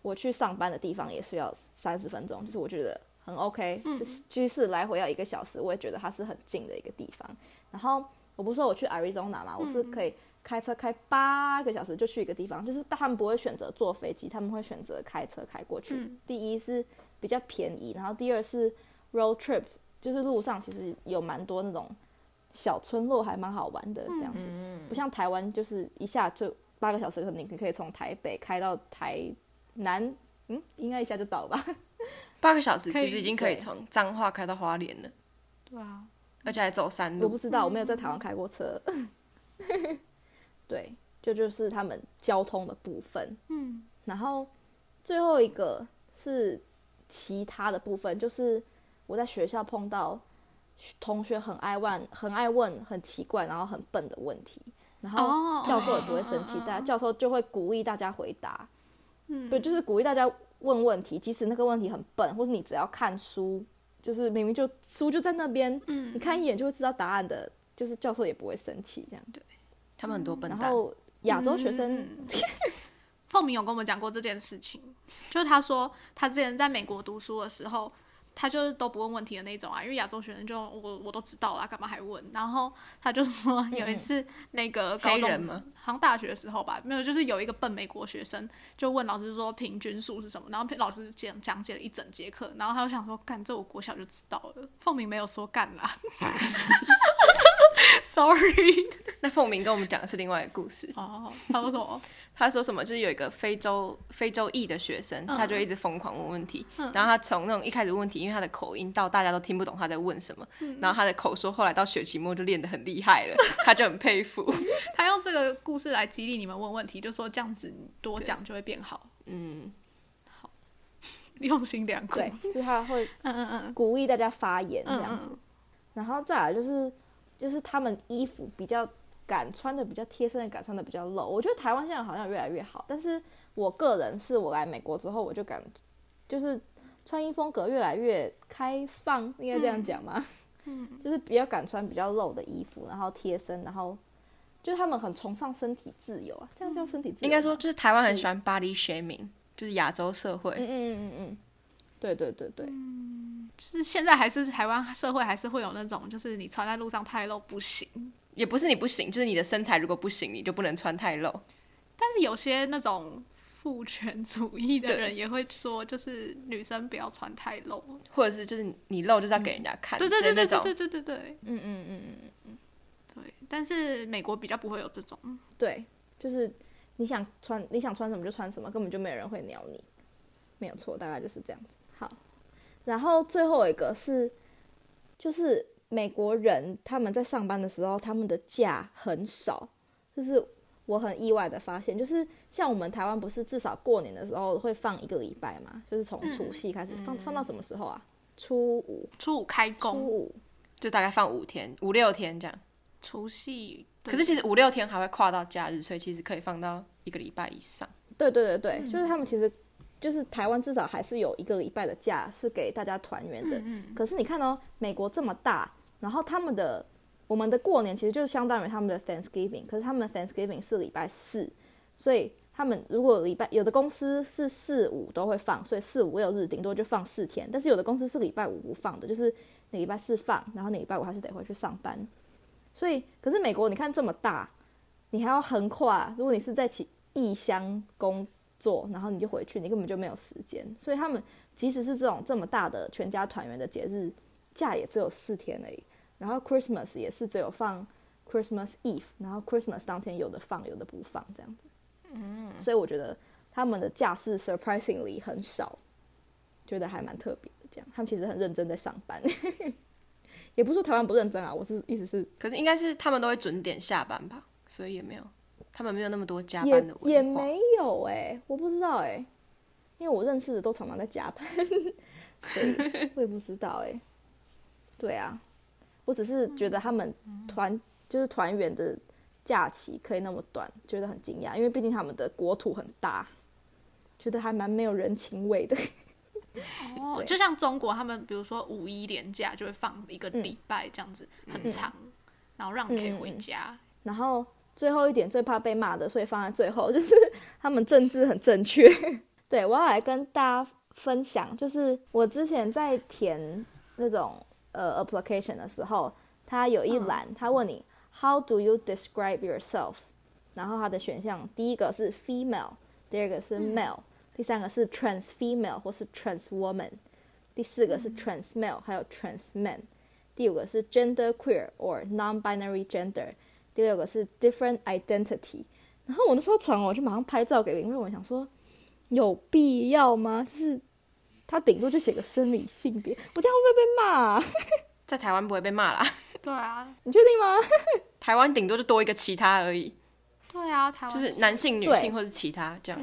[SPEAKER 2] 我去上班的地方也是要三十分钟，就是我觉得很 OK，、就是居士来回要一个小时，我也觉得它是很近的一个地方。然后我不是说我去 Arizona 嘛，我是可以开车开八个小时就去一个地方，就是他们不会选择坐飞机，他们会选择开车开过去。
[SPEAKER 3] 嗯
[SPEAKER 2] 第一是比较便宜，然后第二是 road trip，就是路上其实有蛮多那种小村落，还蛮好玩的这样子，不像台湾就是一下就八个小时，可能你可以从台北开到台南，嗯，应该一下就到吧。
[SPEAKER 4] 八个小时其
[SPEAKER 3] 可
[SPEAKER 4] 实
[SPEAKER 3] 以
[SPEAKER 4] 已经可以
[SPEAKER 2] 对
[SPEAKER 4] 从彰化开到花莲了，
[SPEAKER 3] 对啊，
[SPEAKER 4] 而且还走山
[SPEAKER 2] 我不
[SPEAKER 4] 路。
[SPEAKER 2] 知道，我没有在台湾开过车。 对，这就是他们交通的部分。
[SPEAKER 3] 嗯，
[SPEAKER 2] 然后最后一个是其他的部分，就是我在学校碰到同学很爱问、很爱问、很奇怪，然后很笨的问题，然
[SPEAKER 3] 哦
[SPEAKER 2] 后教授也不会生气
[SPEAKER 3] 嗯嗯嗯，
[SPEAKER 2] 大家教授就会鼓励大家回答。
[SPEAKER 3] 嗯
[SPEAKER 2] 对，就是鼓励大家问问题，即使那个问题很笨，或是你只要看书，就是明明就书就在那边，
[SPEAKER 3] 嗯
[SPEAKER 2] 你看一眼就会知道答案的，就是教授也不会生气这样。
[SPEAKER 4] 他们很多笨
[SPEAKER 2] 然
[SPEAKER 4] 蛋，嗯
[SPEAKER 2] 后亚洲学生、
[SPEAKER 3] 嗯嗯嗯 凤佑明有跟我们讲过这件事情，就是他说他之前在美国读书的时候，他就是都不问问题的那种啊，因为亚洲学生就我我都知道啦，干嘛还问？然后他就说有一次那个高
[SPEAKER 4] 嗯黑
[SPEAKER 3] 中
[SPEAKER 4] 人吗？
[SPEAKER 3] 好像大学的时候吧，没有，就是有一个笨美国学生就问老师说平均数是什么，然后老师讲讲解了一整节课，然后他就想说干这我国小就知道了，凤鸣没有说干 啦 ，sorry
[SPEAKER 4] 那凤鸣跟我们讲的是另外一个故事。
[SPEAKER 3] 哦，他说什么？
[SPEAKER 4] 他说什么？就是有一个非洲非洲裔的学生，
[SPEAKER 3] 嗯
[SPEAKER 4] 他就一直疯狂问问题。然后他从那种一开始问题，因为他的口音到大家都听不懂他在问什么，
[SPEAKER 3] 嗯
[SPEAKER 4] 然后他的口说后来到学期末就练得很厉害了， 他就很佩服。
[SPEAKER 3] 他用这个故事来激励你们问问题，就说这样子你多讲就会变好，
[SPEAKER 4] 嗯，
[SPEAKER 3] 用心良苦。
[SPEAKER 2] 对， 就是他会
[SPEAKER 3] 嗯嗯嗯
[SPEAKER 2] 鼓励大家发言这
[SPEAKER 3] 嗯
[SPEAKER 2] 样子。
[SPEAKER 3] 嗯，
[SPEAKER 2] 然后再来就是就是他们衣服比较敢穿的比较贴身的，敢穿的比较露。我觉得台湾现在好像越来越好，但是我个人是我来美国之后，我就感就是穿衣风格越来越开放，应该这样讲吗？
[SPEAKER 3] 嗯，
[SPEAKER 2] 就是比较敢穿比较露的衣服，然后贴身，然后就是他们很崇尚身体自由啊，这样
[SPEAKER 3] 嗯
[SPEAKER 2] 叫身体自由吗？
[SPEAKER 4] 应该说就是台湾很喜欢 body shaming，就是亚洲社会。
[SPEAKER 2] 嗯，嗯嗯嗯嗯，对对对对，
[SPEAKER 3] 就是现在还是台湾社会还是会有那种，就是你穿在路上太露不行，
[SPEAKER 4] 也不是你不行，就是你的身材如果不行，你就不能穿太露。
[SPEAKER 3] 但是有些那种父权主义的
[SPEAKER 4] 对
[SPEAKER 3] 人也会说，就是女生不要穿太露。
[SPEAKER 4] 或者是就是你露就是要给人家看，
[SPEAKER 3] 对对对
[SPEAKER 4] 所以
[SPEAKER 3] 对
[SPEAKER 4] 这
[SPEAKER 3] 对
[SPEAKER 4] 种
[SPEAKER 3] 对对对对
[SPEAKER 2] 嗯嗯嗯嗯。
[SPEAKER 3] 对。但是美国比较不会有这种，
[SPEAKER 2] 对，就是你想穿你想穿什么就穿什么，根本就没有人会鸟你，没有错，大概就是这样子。好，然后最后一个是，就是美国人他们在上班的时候，他们的假很少，就是我很意外的发现，就是像我们台湾不是至少过年的时候会放一个礼拜嘛，就是从除夕开始、放放到什么时候啊？嗯初五，
[SPEAKER 3] 初五开
[SPEAKER 2] 初
[SPEAKER 3] 工，
[SPEAKER 2] 五，
[SPEAKER 4] 就大概放五天、五六天这样。
[SPEAKER 3] 除夕。
[SPEAKER 4] 可是其实五六天还会跨到假日，所以其实可以放到一个礼拜以上。
[SPEAKER 2] 对对对对，就是他们其实就是台湾至少还是有一个礼拜的假是给大家团圆
[SPEAKER 3] 嗯
[SPEAKER 2] 的。可是你看哦，美国这么大，然后他们的我们的过年其实就相当于他们的 Thanksgiving，可是他们的 Thanksgiving 是礼拜四，所以他们如果礼拜有的公司是四五都会放，所以四五六日顶多就放四天，但是有的公司是礼拜五不放的，就是你礼拜四放，然后你礼拜五还是得回去上班。所以，可是美国你看这么大，你还要横跨，如果你是在其异乡工作，然后你就回去，你根本就没有时间。所以他们即使是这种这么大的全家团圆的节日，假也只有四天而已。然后 Christmas 也是只有放 Christmas Eve，然后 Christmas 当天有的放，有的不放这样子。嗯，所以我觉得他们的假是 surprisingly 很少，觉得还蛮特别的。这样，他们其实很认真在上班， 也不是说台湾不认真啊，我是意思是
[SPEAKER 4] 可是应该是他们都会准点下班吧，所以也没有，他们没有那么多加班
[SPEAKER 2] 也
[SPEAKER 4] 的文化。
[SPEAKER 2] 也没有哎、我不知道哎、因为我认识的都常常在加班， 所以我也不知道哎、对啊，我只是觉得他们团就是团圆的假期可以那么短，觉得很惊讶，因为毕竟他们的国土很大，觉得还蛮没有人情味的。
[SPEAKER 3] 哦，
[SPEAKER 2] 对
[SPEAKER 3] 就像中国他们，比如说五一连假就会放一个
[SPEAKER 2] 嗯
[SPEAKER 3] 礼拜这样子，很长，然后让你可以回家。
[SPEAKER 2] 然后最后一点最怕被骂的，所以放在最后，就是他们政治很正确。 对我要来跟大家分享，就是我之前在填那种呃 application 的时候，他有一栏，他问你 How do you describe yourself？然后它的选项第一个是 female，第二个是 male，、第三个是 trans female 或是 trans woman，第四个是 trans male，还有 trans man。第五个是 gender queer or non-binary gender，第六个是 different identity。然后我那时候传完，我就马上拍照给林瑞文，想说有必要吗？就是他顶多就写个生理性别，我这样会不会被骂啊、
[SPEAKER 4] 在台湾不会被骂啦，
[SPEAKER 2] 嗯
[SPEAKER 3] 对啊，
[SPEAKER 2] 你确定吗？
[SPEAKER 4] 台湾顶多就多一个其他而已，
[SPEAKER 3] 对啊，台湾
[SPEAKER 4] 就是男性、女
[SPEAKER 2] 对嗯
[SPEAKER 4] 性或是其他这样。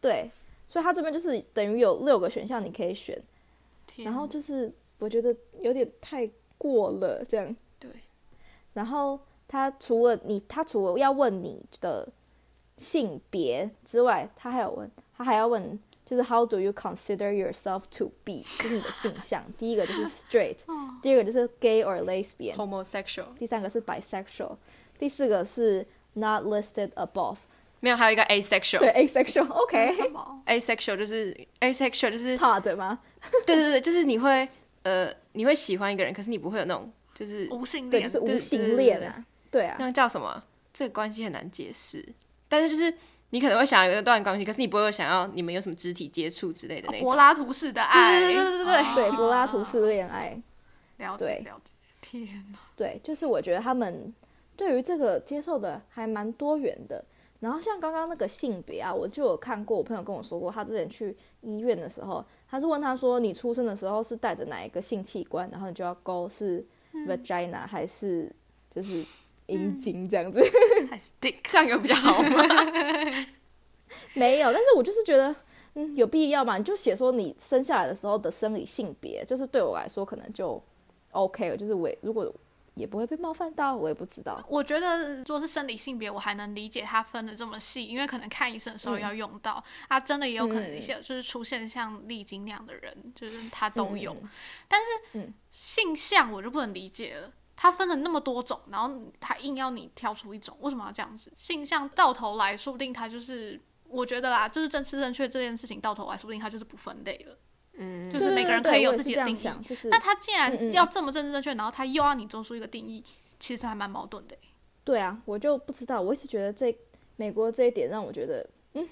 [SPEAKER 2] 对，所以他这边就是等于有六个选项你可以选，
[SPEAKER 3] 天
[SPEAKER 2] 然后就是我觉得有点太过了这样。
[SPEAKER 3] 对，
[SPEAKER 2] 然后他除了你，他除了要问你的性别之外，他还有问，他还要问，就是 How do you consider yourself to be？就是你的性向。第一个就是 straight，第二
[SPEAKER 4] 哦
[SPEAKER 2] 个就是 gay or lesbian，
[SPEAKER 4] homosexual
[SPEAKER 2] 第三个是 bisexual，第四个是 not listed above。
[SPEAKER 4] 没有，还有一个 asexual。
[SPEAKER 2] 对，asexual，OK，、
[SPEAKER 3] 什么？
[SPEAKER 4] asexual 就是 asexual 就是
[SPEAKER 2] 怕的吗？
[SPEAKER 4] 对对对，就是你会呃你会喜欢一个人，可是你不会有那种就是
[SPEAKER 3] 无性
[SPEAKER 2] 对，就
[SPEAKER 3] 恋
[SPEAKER 2] 是
[SPEAKER 4] 对
[SPEAKER 2] 无
[SPEAKER 4] 对
[SPEAKER 2] 性
[SPEAKER 4] 对
[SPEAKER 2] 恋
[SPEAKER 4] 对
[SPEAKER 2] 啊，对啊，
[SPEAKER 4] 那叫什么啊？这个关系很难解释，但是就是你可能会想要有一段关系，可是你不会想要你们有什么肢体接触之类的那
[SPEAKER 3] 柏
[SPEAKER 4] 种。
[SPEAKER 3] 拉图式的爱，
[SPEAKER 4] 对对对对对对哦
[SPEAKER 3] 啊
[SPEAKER 2] 对，柏拉图式恋爱，
[SPEAKER 3] 了
[SPEAKER 2] 对
[SPEAKER 3] 解了解。天哪，
[SPEAKER 2] 对，就是我觉得他们对于这个接受的还蛮多元的。然后像刚刚那个性别啊，我就有看过，我朋友跟我说过，他之前去医院的时候，他是问他说，你出生的时候是带着哪一个性器官，然后你就要勾是 vagina、还是就是阴茎这样子。
[SPEAKER 3] 还是 dick
[SPEAKER 4] 这样有比较 好吗？
[SPEAKER 2] 没有，但是我就是觉得，嗯，有必要嘛？你就写说你生下来的时候的生理性别，就是对我来说可能就 OK 了，就是我也如果也不会被冒犯到，我也不知道。
[SPEAKER 3] 我觉得，如果是生理性别，我还能理解它分的这么细，因为可能看医生的时候
[SPEAKER 2] 嗯
[SPEAKER 3] 要用到。啊，真的也有可能一些就是出现像丽晶那样的人，就是他都有。
[SPEAKER 2] 嗯
[SPEAKER 3] 但是、
[SPEAKER 2] 嗯
[SPEAKER 3] 性向我就不能理解了，他分了那么多种，然后他硬要你挑出一种，为什么要这样子？性向到头来，说不定他就是。我觉得啦，就是正吃正确这件事情，到头来说不定他就是不分类了，
[SPEAKER 4] 嗯，
[SPEAKER 3] 就
[SPEAKER 2] 对
[SPEAKER 3] 是
[SPEAKER 2] 对
[SPEAKER 3] 每个人
[SPEAKER 2] 对
[SPEAKER 3] 可
[SPEAKER 2] 我
[SPEAKER 3] 以有
[SPEAKER 2] 也
[SPEAKER 3] 自
[SPEAKER 2] 是
[SPEAKER 3] 己
[SPEAKER 2] 这
[SPEAKER 3] 的
[SPEAKER 2] 样
[SPEAKER 3] 定义
[SPEAKER 2] 想。就是
[SPEAKER 3] 那他既
[SPEAKER 2] 嗯嗯
[SPEAKER 3] 然要这么政治正确，然后他又要你做出一个定义，其实还蛮矛盾的欸。
[SPEAKER 2] 对啊，我就不知道，我一直觉得这美国这一点让我觉得，嗯，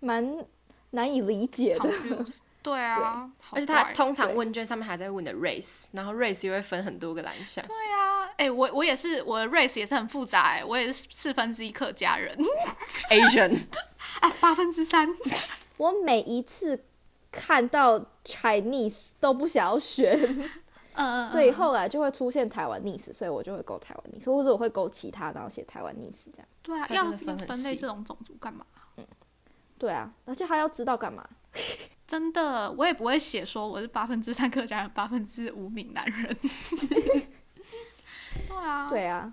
[SPEAKER 2] 蛮难以理解的。
[SPEAKER 3] confused 对啊，好
[SPEAKER 4] 而且他
[SPEAKER 3] 怪
[SPEAKER 4] 通常
[SPEAKER 2] 对
[SPEAKER 4] 问卷上面还在问你的 race，然后 race 又会分很多个栏 项。
[SPEAKER 3] 对啊，哎、我我也是，我的 race 也是很复杂、欸，我也是四分之一客家人，
[SPEAKER 4] Asian，
[SPEAKER 3] 哎，八分之三，
[SPEAKER 2] 我每一次看到 Chinese 都不想要选，
[SPEAKER 3] 嗯，
[SPEAKER 2] 所以后来就会出现台湾 niece，所以我就会勾台湾 niece，或者我会勾其他，然后写台湾 niece 这样。
[SPEAKER 3] 对啊，
[SPEAKER 4] 他
[SPEAKER 3] 要
[SPEAKER 4] 真的
[SPEAKER 3] 要
[SPEAKER 4] 分很
[SPEAKER 3] 分类
[SPEAKER 4] 细
[SPEAKER 3] 这种种族干嘛？
[SPEAKER 2] 对啊，而且还要知道干嘛？
[SPEAKER 3] 真的，我也不会写说我是八分之三客家人，八分之五闽南人。 对啊，
[SPEAKER 2] 对啊，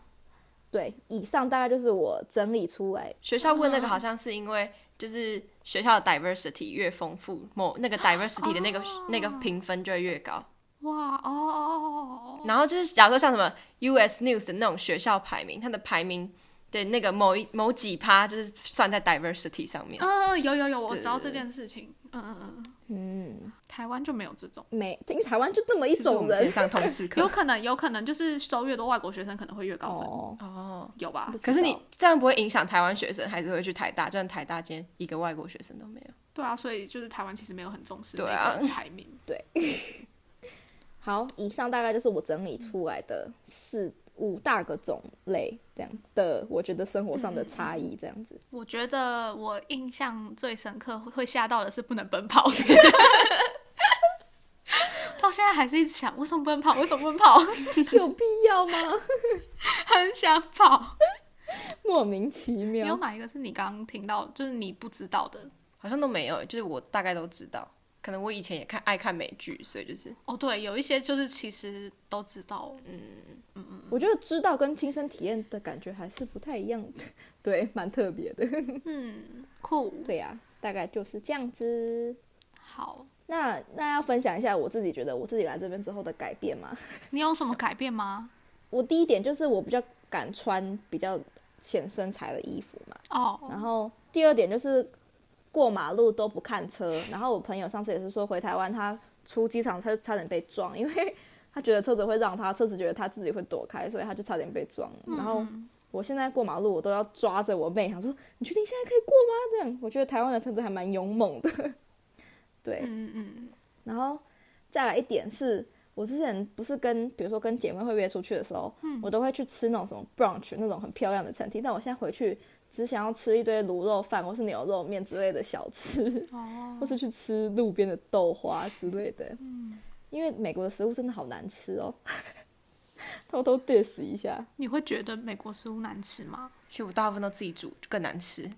[SPEAKER 2] 对，以上大概就是我整理出来。
[SPEAKER 4] 学校问那个好像是因为就是学校的 diversity 越丰富，某那个 diversity 的那个、那个评分就会越高。
[SPEAKER 3] 哇哦哦，哦
[SPEAKER 4] 然后就是假如说像什么 US News 的那种学校排名，它的排名的那个某一某几趴就是算在 diversity 上面。
[SPEAKER 3] 嗯，嗯有有有，我知道
[SPEAKER 4] 对
[SPEAKER 3] 这
[SPEAKER 4] 对
[SPEAKER 3] 件事情。嗯嗯嗯，
[SPEAKER 2] 嗯，
[SPEAKER 3] 台湾就没有这种，
[SPEAKER 2] 没，因为台湾就这么一
[SPEAKER 4] 这是我
[SPEAKER 2] 种
[SPEAKER 4] 们
[SPEAKER 2] 人
[SPEAKER 4] 今天上通识
[SPEAKER 3] 有
[SPEAKER 4] 课
[SPEAKER 3] 可能有可能就是收越多外国学生，可能会越高分，
[SPEAKER 2] 哦。
[SPEAKER 4] 哦。
[SPEAKER 3] 有吧
[SPEAKER 2] 不？知
[SPEAKER 4] 可是你
[SPEAKER 2] 道
[SPEAKER 4] 这样不会影响台湾学生，还是会去台大？就算台大今天一个外国学生都没有，
[SPEAKER 3] 对啊，所以就是台湾其实没有很重视
[SPEAKER 4] 对啊
[SPEAKER 3] 那个排名。
[SPEAKER 2] 好，以上大概就是我整理出来的四五大个种类这样的，我觉得生活上的差异这样子。
[SPEAKER 3] 我觉得我印象最深刻会吓到的是不能奔跑， 到现在还是一直想为什么不能跑，为什么不能跑，
[SPEAKER 2] 有必要吗？
[SPEAKER 3] 很想跑。
[SPEAKER 2] 莫名其
[SPEAKER 3] 你有
[SPEAKER 2] 妙。
[SPEAKER 3] 哪一个是你刚刚听到，就是你不知道的？
[SPEAKER 4] 好像都没有。就是我大概都知道，可能我以前也看爱看美剧，所以就是
[SPEAKER 3] 哦，对，有一些就是其实都知道，
[SPEAKER 2] 我觉得知道跟亲身体验的感觉还是不太一样的， 对，蛮特别的。
[SPEAKER 3] 嗯，酷，
[SPEAKER 2] 对呀、大概就是这样子。
[SPEAKER 3] 好。
[SPEAKER 2] 那那要分享一下我自己觉得我自己来这边之后的改变吗？
[SPEAKER 3] 你有什么改变吗？
[SPEAKER 2] 我第一点就是我比较敢穿比较显身材的衣服嘛，
[SPEAKER 3] 哦，
[SPEAKER 2] 然后第二点就是过马路都不看车。然后我朋友上次也是说回台湾，他出机场他就差点被撞，因为他觉得车子会让他，车子觉得他自己会躲开，所以他就差点被撞。然后
[SPEAKER 3] 嗯
[SPEAKER 2] 我现在过马路，我都要抓着我妹，想说你确定现在可以过吗？这样我觉得台湾的车子还蛮勇猛的， 对，
[SPEAKER 3] 嗯嗯
[SPEAKER 2] 然后再来一点是，我之前不是跟比如说跟姐妹会约出去的时候，
[SPEAKER 3] 嗯
[SPEAKER 2] 我都会去吃那种什么 brunch 那种很漂亮的餐厅，但我现在回去只想要吃一堆卤肉饭或是牛肉面之类的小吃，
[SPEAKER 3] 嗯，
[SPEAKER 2] 或
[SPEAKER 3] 哦，
[SPEAKER 2] 是去吃路边的豆花之类的。
[SPEAKER 3] 嗯
[SPEAKER 2] 因为美国的食物真的好难吃哦， 偷偷 diss 一下。
[SPEAKER 3] 你会觉得美国食物难吃吗？
[SPEAKER 4] 其实我大部分都自己煮，就更难吃。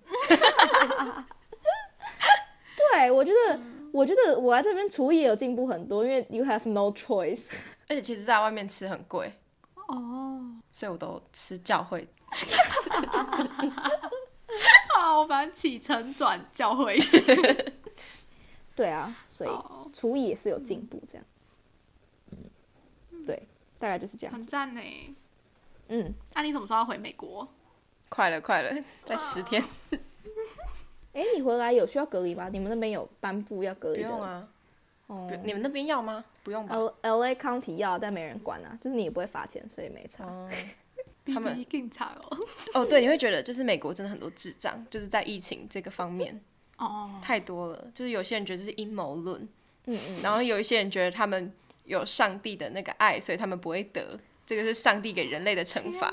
[SPEAKER 2] 对，我觉得，
[SPEAKER 3] 嗯
[SPEAKER 2] 我觉得我来这边厨艺也有进步很多，因为 you have no choice。
[SPEAKER 4] 而且其实在外面吃很贵，
[SPEAKER 3] 哦，
[SPEAKER 4] 所以我都吃教会
[SPEAKER 3] 好，反正起承转教会。
[SPEAKER 2] 对啊，所以
[SPEAKER 3] 哦
[SPEAKER 2] 厨艺也是有进步，这样。
[SPEAKER 4] 嗯
[SPEAKER 2] 对，大概就是这样。
[SPEAKER 3] 很赞呢。啊
[SPEAKER 2] 嗯，
[SPEAKER 3] 那、你什么时候要回美国？
[SPEAKER 4] 啊快了快了，在十天。
[SPEAKER 2] 哎，你回来有需要隔离吗？你们那边有颁布要隔
[SPEAKER 4] 不
[SPEAKER 2] 离的？
[SPEAKER 4] 用啊，哦
[SPEAKER 2] 哦
[SPEAKER 4] 不你们那边要吗？不用吧？
[SPEAKER 2] L L A County 要，但没人管啊，就是你也不会罚钱，所以没差。
[SPEAKER 4] 哦，
[SPEAKER 3] 比
[SPEAKER 4] 他们
[SPEAKER 3] 比更惨哦。
[SPEAKER 4] 哦，对，你会觉得就是美国真的很多智障，就是在疫情这个方面
[SPEAKER 3] 哦，
[SPEAKER 4] 太多了。就是有些人觉得这是阴谋论，
[SPEAKER 2] 嗯嗯，
[SPEAKER 4] 然后有一些人觉得他们有上帝的那个爱，所以他们不会得，这个是上帝给人类的惩罚。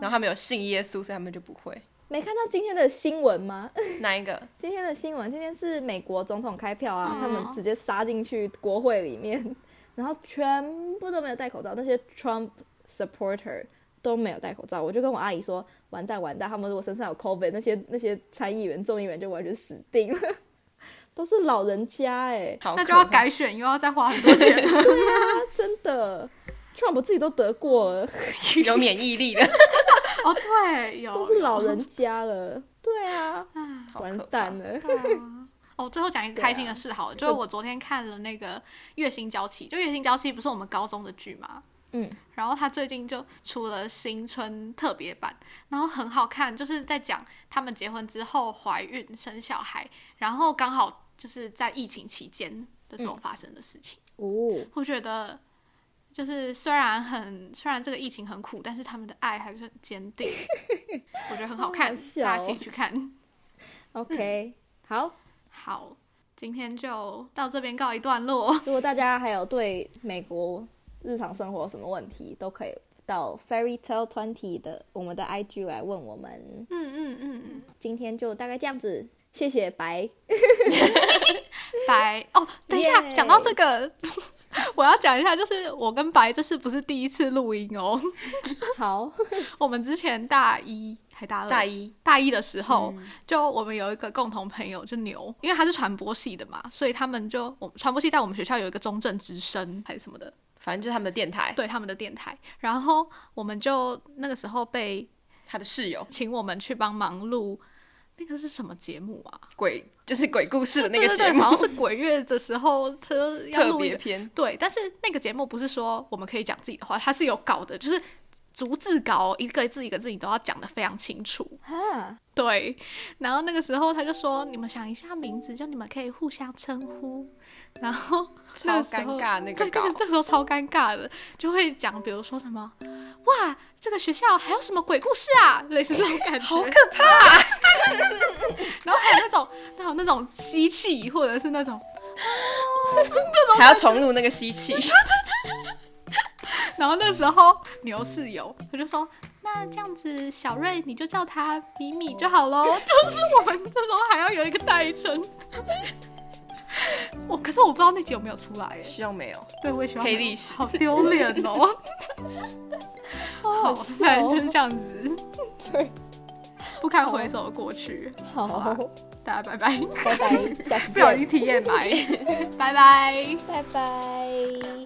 [SPEAKER 4] 然后他们有信耶稣，所以他们就不会。
[SPEAKER 2] 没看到今天的新闻吗？
[SPEAKER 4] 哪一个？
[SPEAKER 2] 今天的新闻，今天是美国总统开票啊，
[SPEAKER 3] 嗯
[SPEAKER 2] 他们直接杀进去国会里面， 然后全部都没有戴口罩，那些 Trump supporter 都没有戴口罩。我就跟我阿姨说，完蛋完蛋，他们如果身上有 COVID，那些那些参议员、众议员就完全死定了， 都是老人家哎、
[SPEAKER 4] 好，
[SPEAKER 3] 那就要。改选，又要再花很 多钱。
[SPEAKER 2] 啊，真的，Trump 自己都得过了，
[SPEAKER 4] 有免疫力 的，
[SPEAKER 3] 哦，对，有
[SPEAKER 2] 都是老人家了，对啊，
[SPEAKER 4] 好
[SPEAKER 2] 完
[SPEAKER 4] 可怕
[SPEAKER 2] 蛋。了。
[SPEAKER 3] 对啊哦，最后讲一个开心的事好
[SPEAKER 2] 啊
[SPEAKER 3] 了，就是我昨天看了那个《月薪娇妻》，就《月薪娇妻》不是我们高中的剧吗？
[SPEAKER 2] 嗯，
[SPEAKER 3] 然后他最近就出了新春特别版，然后很好看，就是在讲他们结婚之后怀孕生小孩，然后刚好就是在疫情期间的时候
[SPEAKER 2] 嗯
[SPEAKER 3] 发生的事情。
[SPEAKER 2] 哦，
[SPEAKER 3] 我觉得就是虽然很虽然这个疫情很苦，但是他们的爱还是很 坚定，我觉得很好看，
[SPEAKER 2] 好笑哦
[SPEAKER 3] 大家可以去看。
[SPEAKER 2] OK，、好。
[SPEAKER 3] 好，今天就到这边告一段落。
[SPEAKER 2] 如果大家还有对美国日常生活有什么问题，都可以到 Fairy Tale Twenty 的我们的 IG 来问我们。
[SPEAKER 3] 嗯嗯嗯嗯，
[SPEAKER 2] 今天就大概这样子，谢谢白。
[SPEAKER 3] 白哦，等一下，
[SPEAKER 2] 耶
[SPEAKER 3] 讲到这个， 我要讲一下，就是我跟白这次不是第一次录音哦，
[SPEAKER 2] 好，
[SPEAKER 3] 我们之前大一还大二，
[SPEAKER 4] 大一
[SPEAKER 3] 大一的时候，
[SPEAKER 4] 嗯
[SPEAKER 3] 就我们有一个共同朋友，就牛，因为他是传播系的嘛，所以他们就我传播系在我们学校有一个中正之声还是什么的，
[SPEAKER 4] 反正就是他们的电台，
[SPEAKER 3] 对他们的电台，然后我们就那个时候被
[SPEAKER 4] 他的室友
[SPEAKER 3] 请我们去帮忙录。那个是什么节目啊？
[SPEAKER 4] 鬼就是鬼故事的那
[SPEAKER 3] 对
[SPEAKER 4] 个
[SPEAKER 3] 对对，
[SPEAKER 4] 节目，
[SPEAKER 3] 好像是鬼月的时候，他就要
[SPEAKER 4] 特
[SPEAKER 3] 录一
[SPEAKER 4] 别
[SPEAKER 3] 个。
[SPEAKER 4] 篇。
[SPEAKER 3] 对，但是那个节目不是说我们可以讲自己的话，它是有稿的，就是逐字稿，一个字一个字你都要讲的非常清楚。
[SPEAKER 2] 哈，
[SPEAKER 3] 对，然后那个时候他就说：“你们想一下名字，就你们可以互相称呼。”然后那个
[SPEAKER 4] 超
[SPEAKER 3] 时
[SPEAKER 4] 尴
[SPEAKER 3] 候
[SPEAKER 4] 尬那个
[SPEAKER 3] 对，
[SPEAKER 4] 稿
[SPEAKER 3] 那，个那时候超尴尬的，就会讲，比如说什么“哇，这个学校还有什么鬼故事啊”，类似这种感觉，好可怕、然后还有那种，还有那种吸气，或者是那 种，
[SPEAKER 4] 还要重录那个吸气，
[SPEAKER 3] 然后那时候牛室友他就说：“那这样子，小瑞你就叫他米米就好喽。” 就是我们这时候还要有一个代称。我可是我不知道那集有没有出来哎，
[SPEAKER 4] 希望没有。
[SPEAKER 3] 对我也喜欢
[SPEAKER 4] 黑历史
[SPEAKER 3] 好丢脸哦。 好，反正
[SPEAKER 4] 哦
[SPEAKER 3] 就是这样 子，
[SPEAKER 2] 对，
[SPEAKER 3] 不堪回首的过去。
[SPEAKER 2] 好，
[SPEAKER 3] 大家拜拜，
[SPEAKER 2] 拜拜，下次
[SPEAKER 3] 不小
[SPEAKER 2] 见，
[SPEAKER 3] 心体验埋，拜拜。
[SPEAKER 2] 拜拜。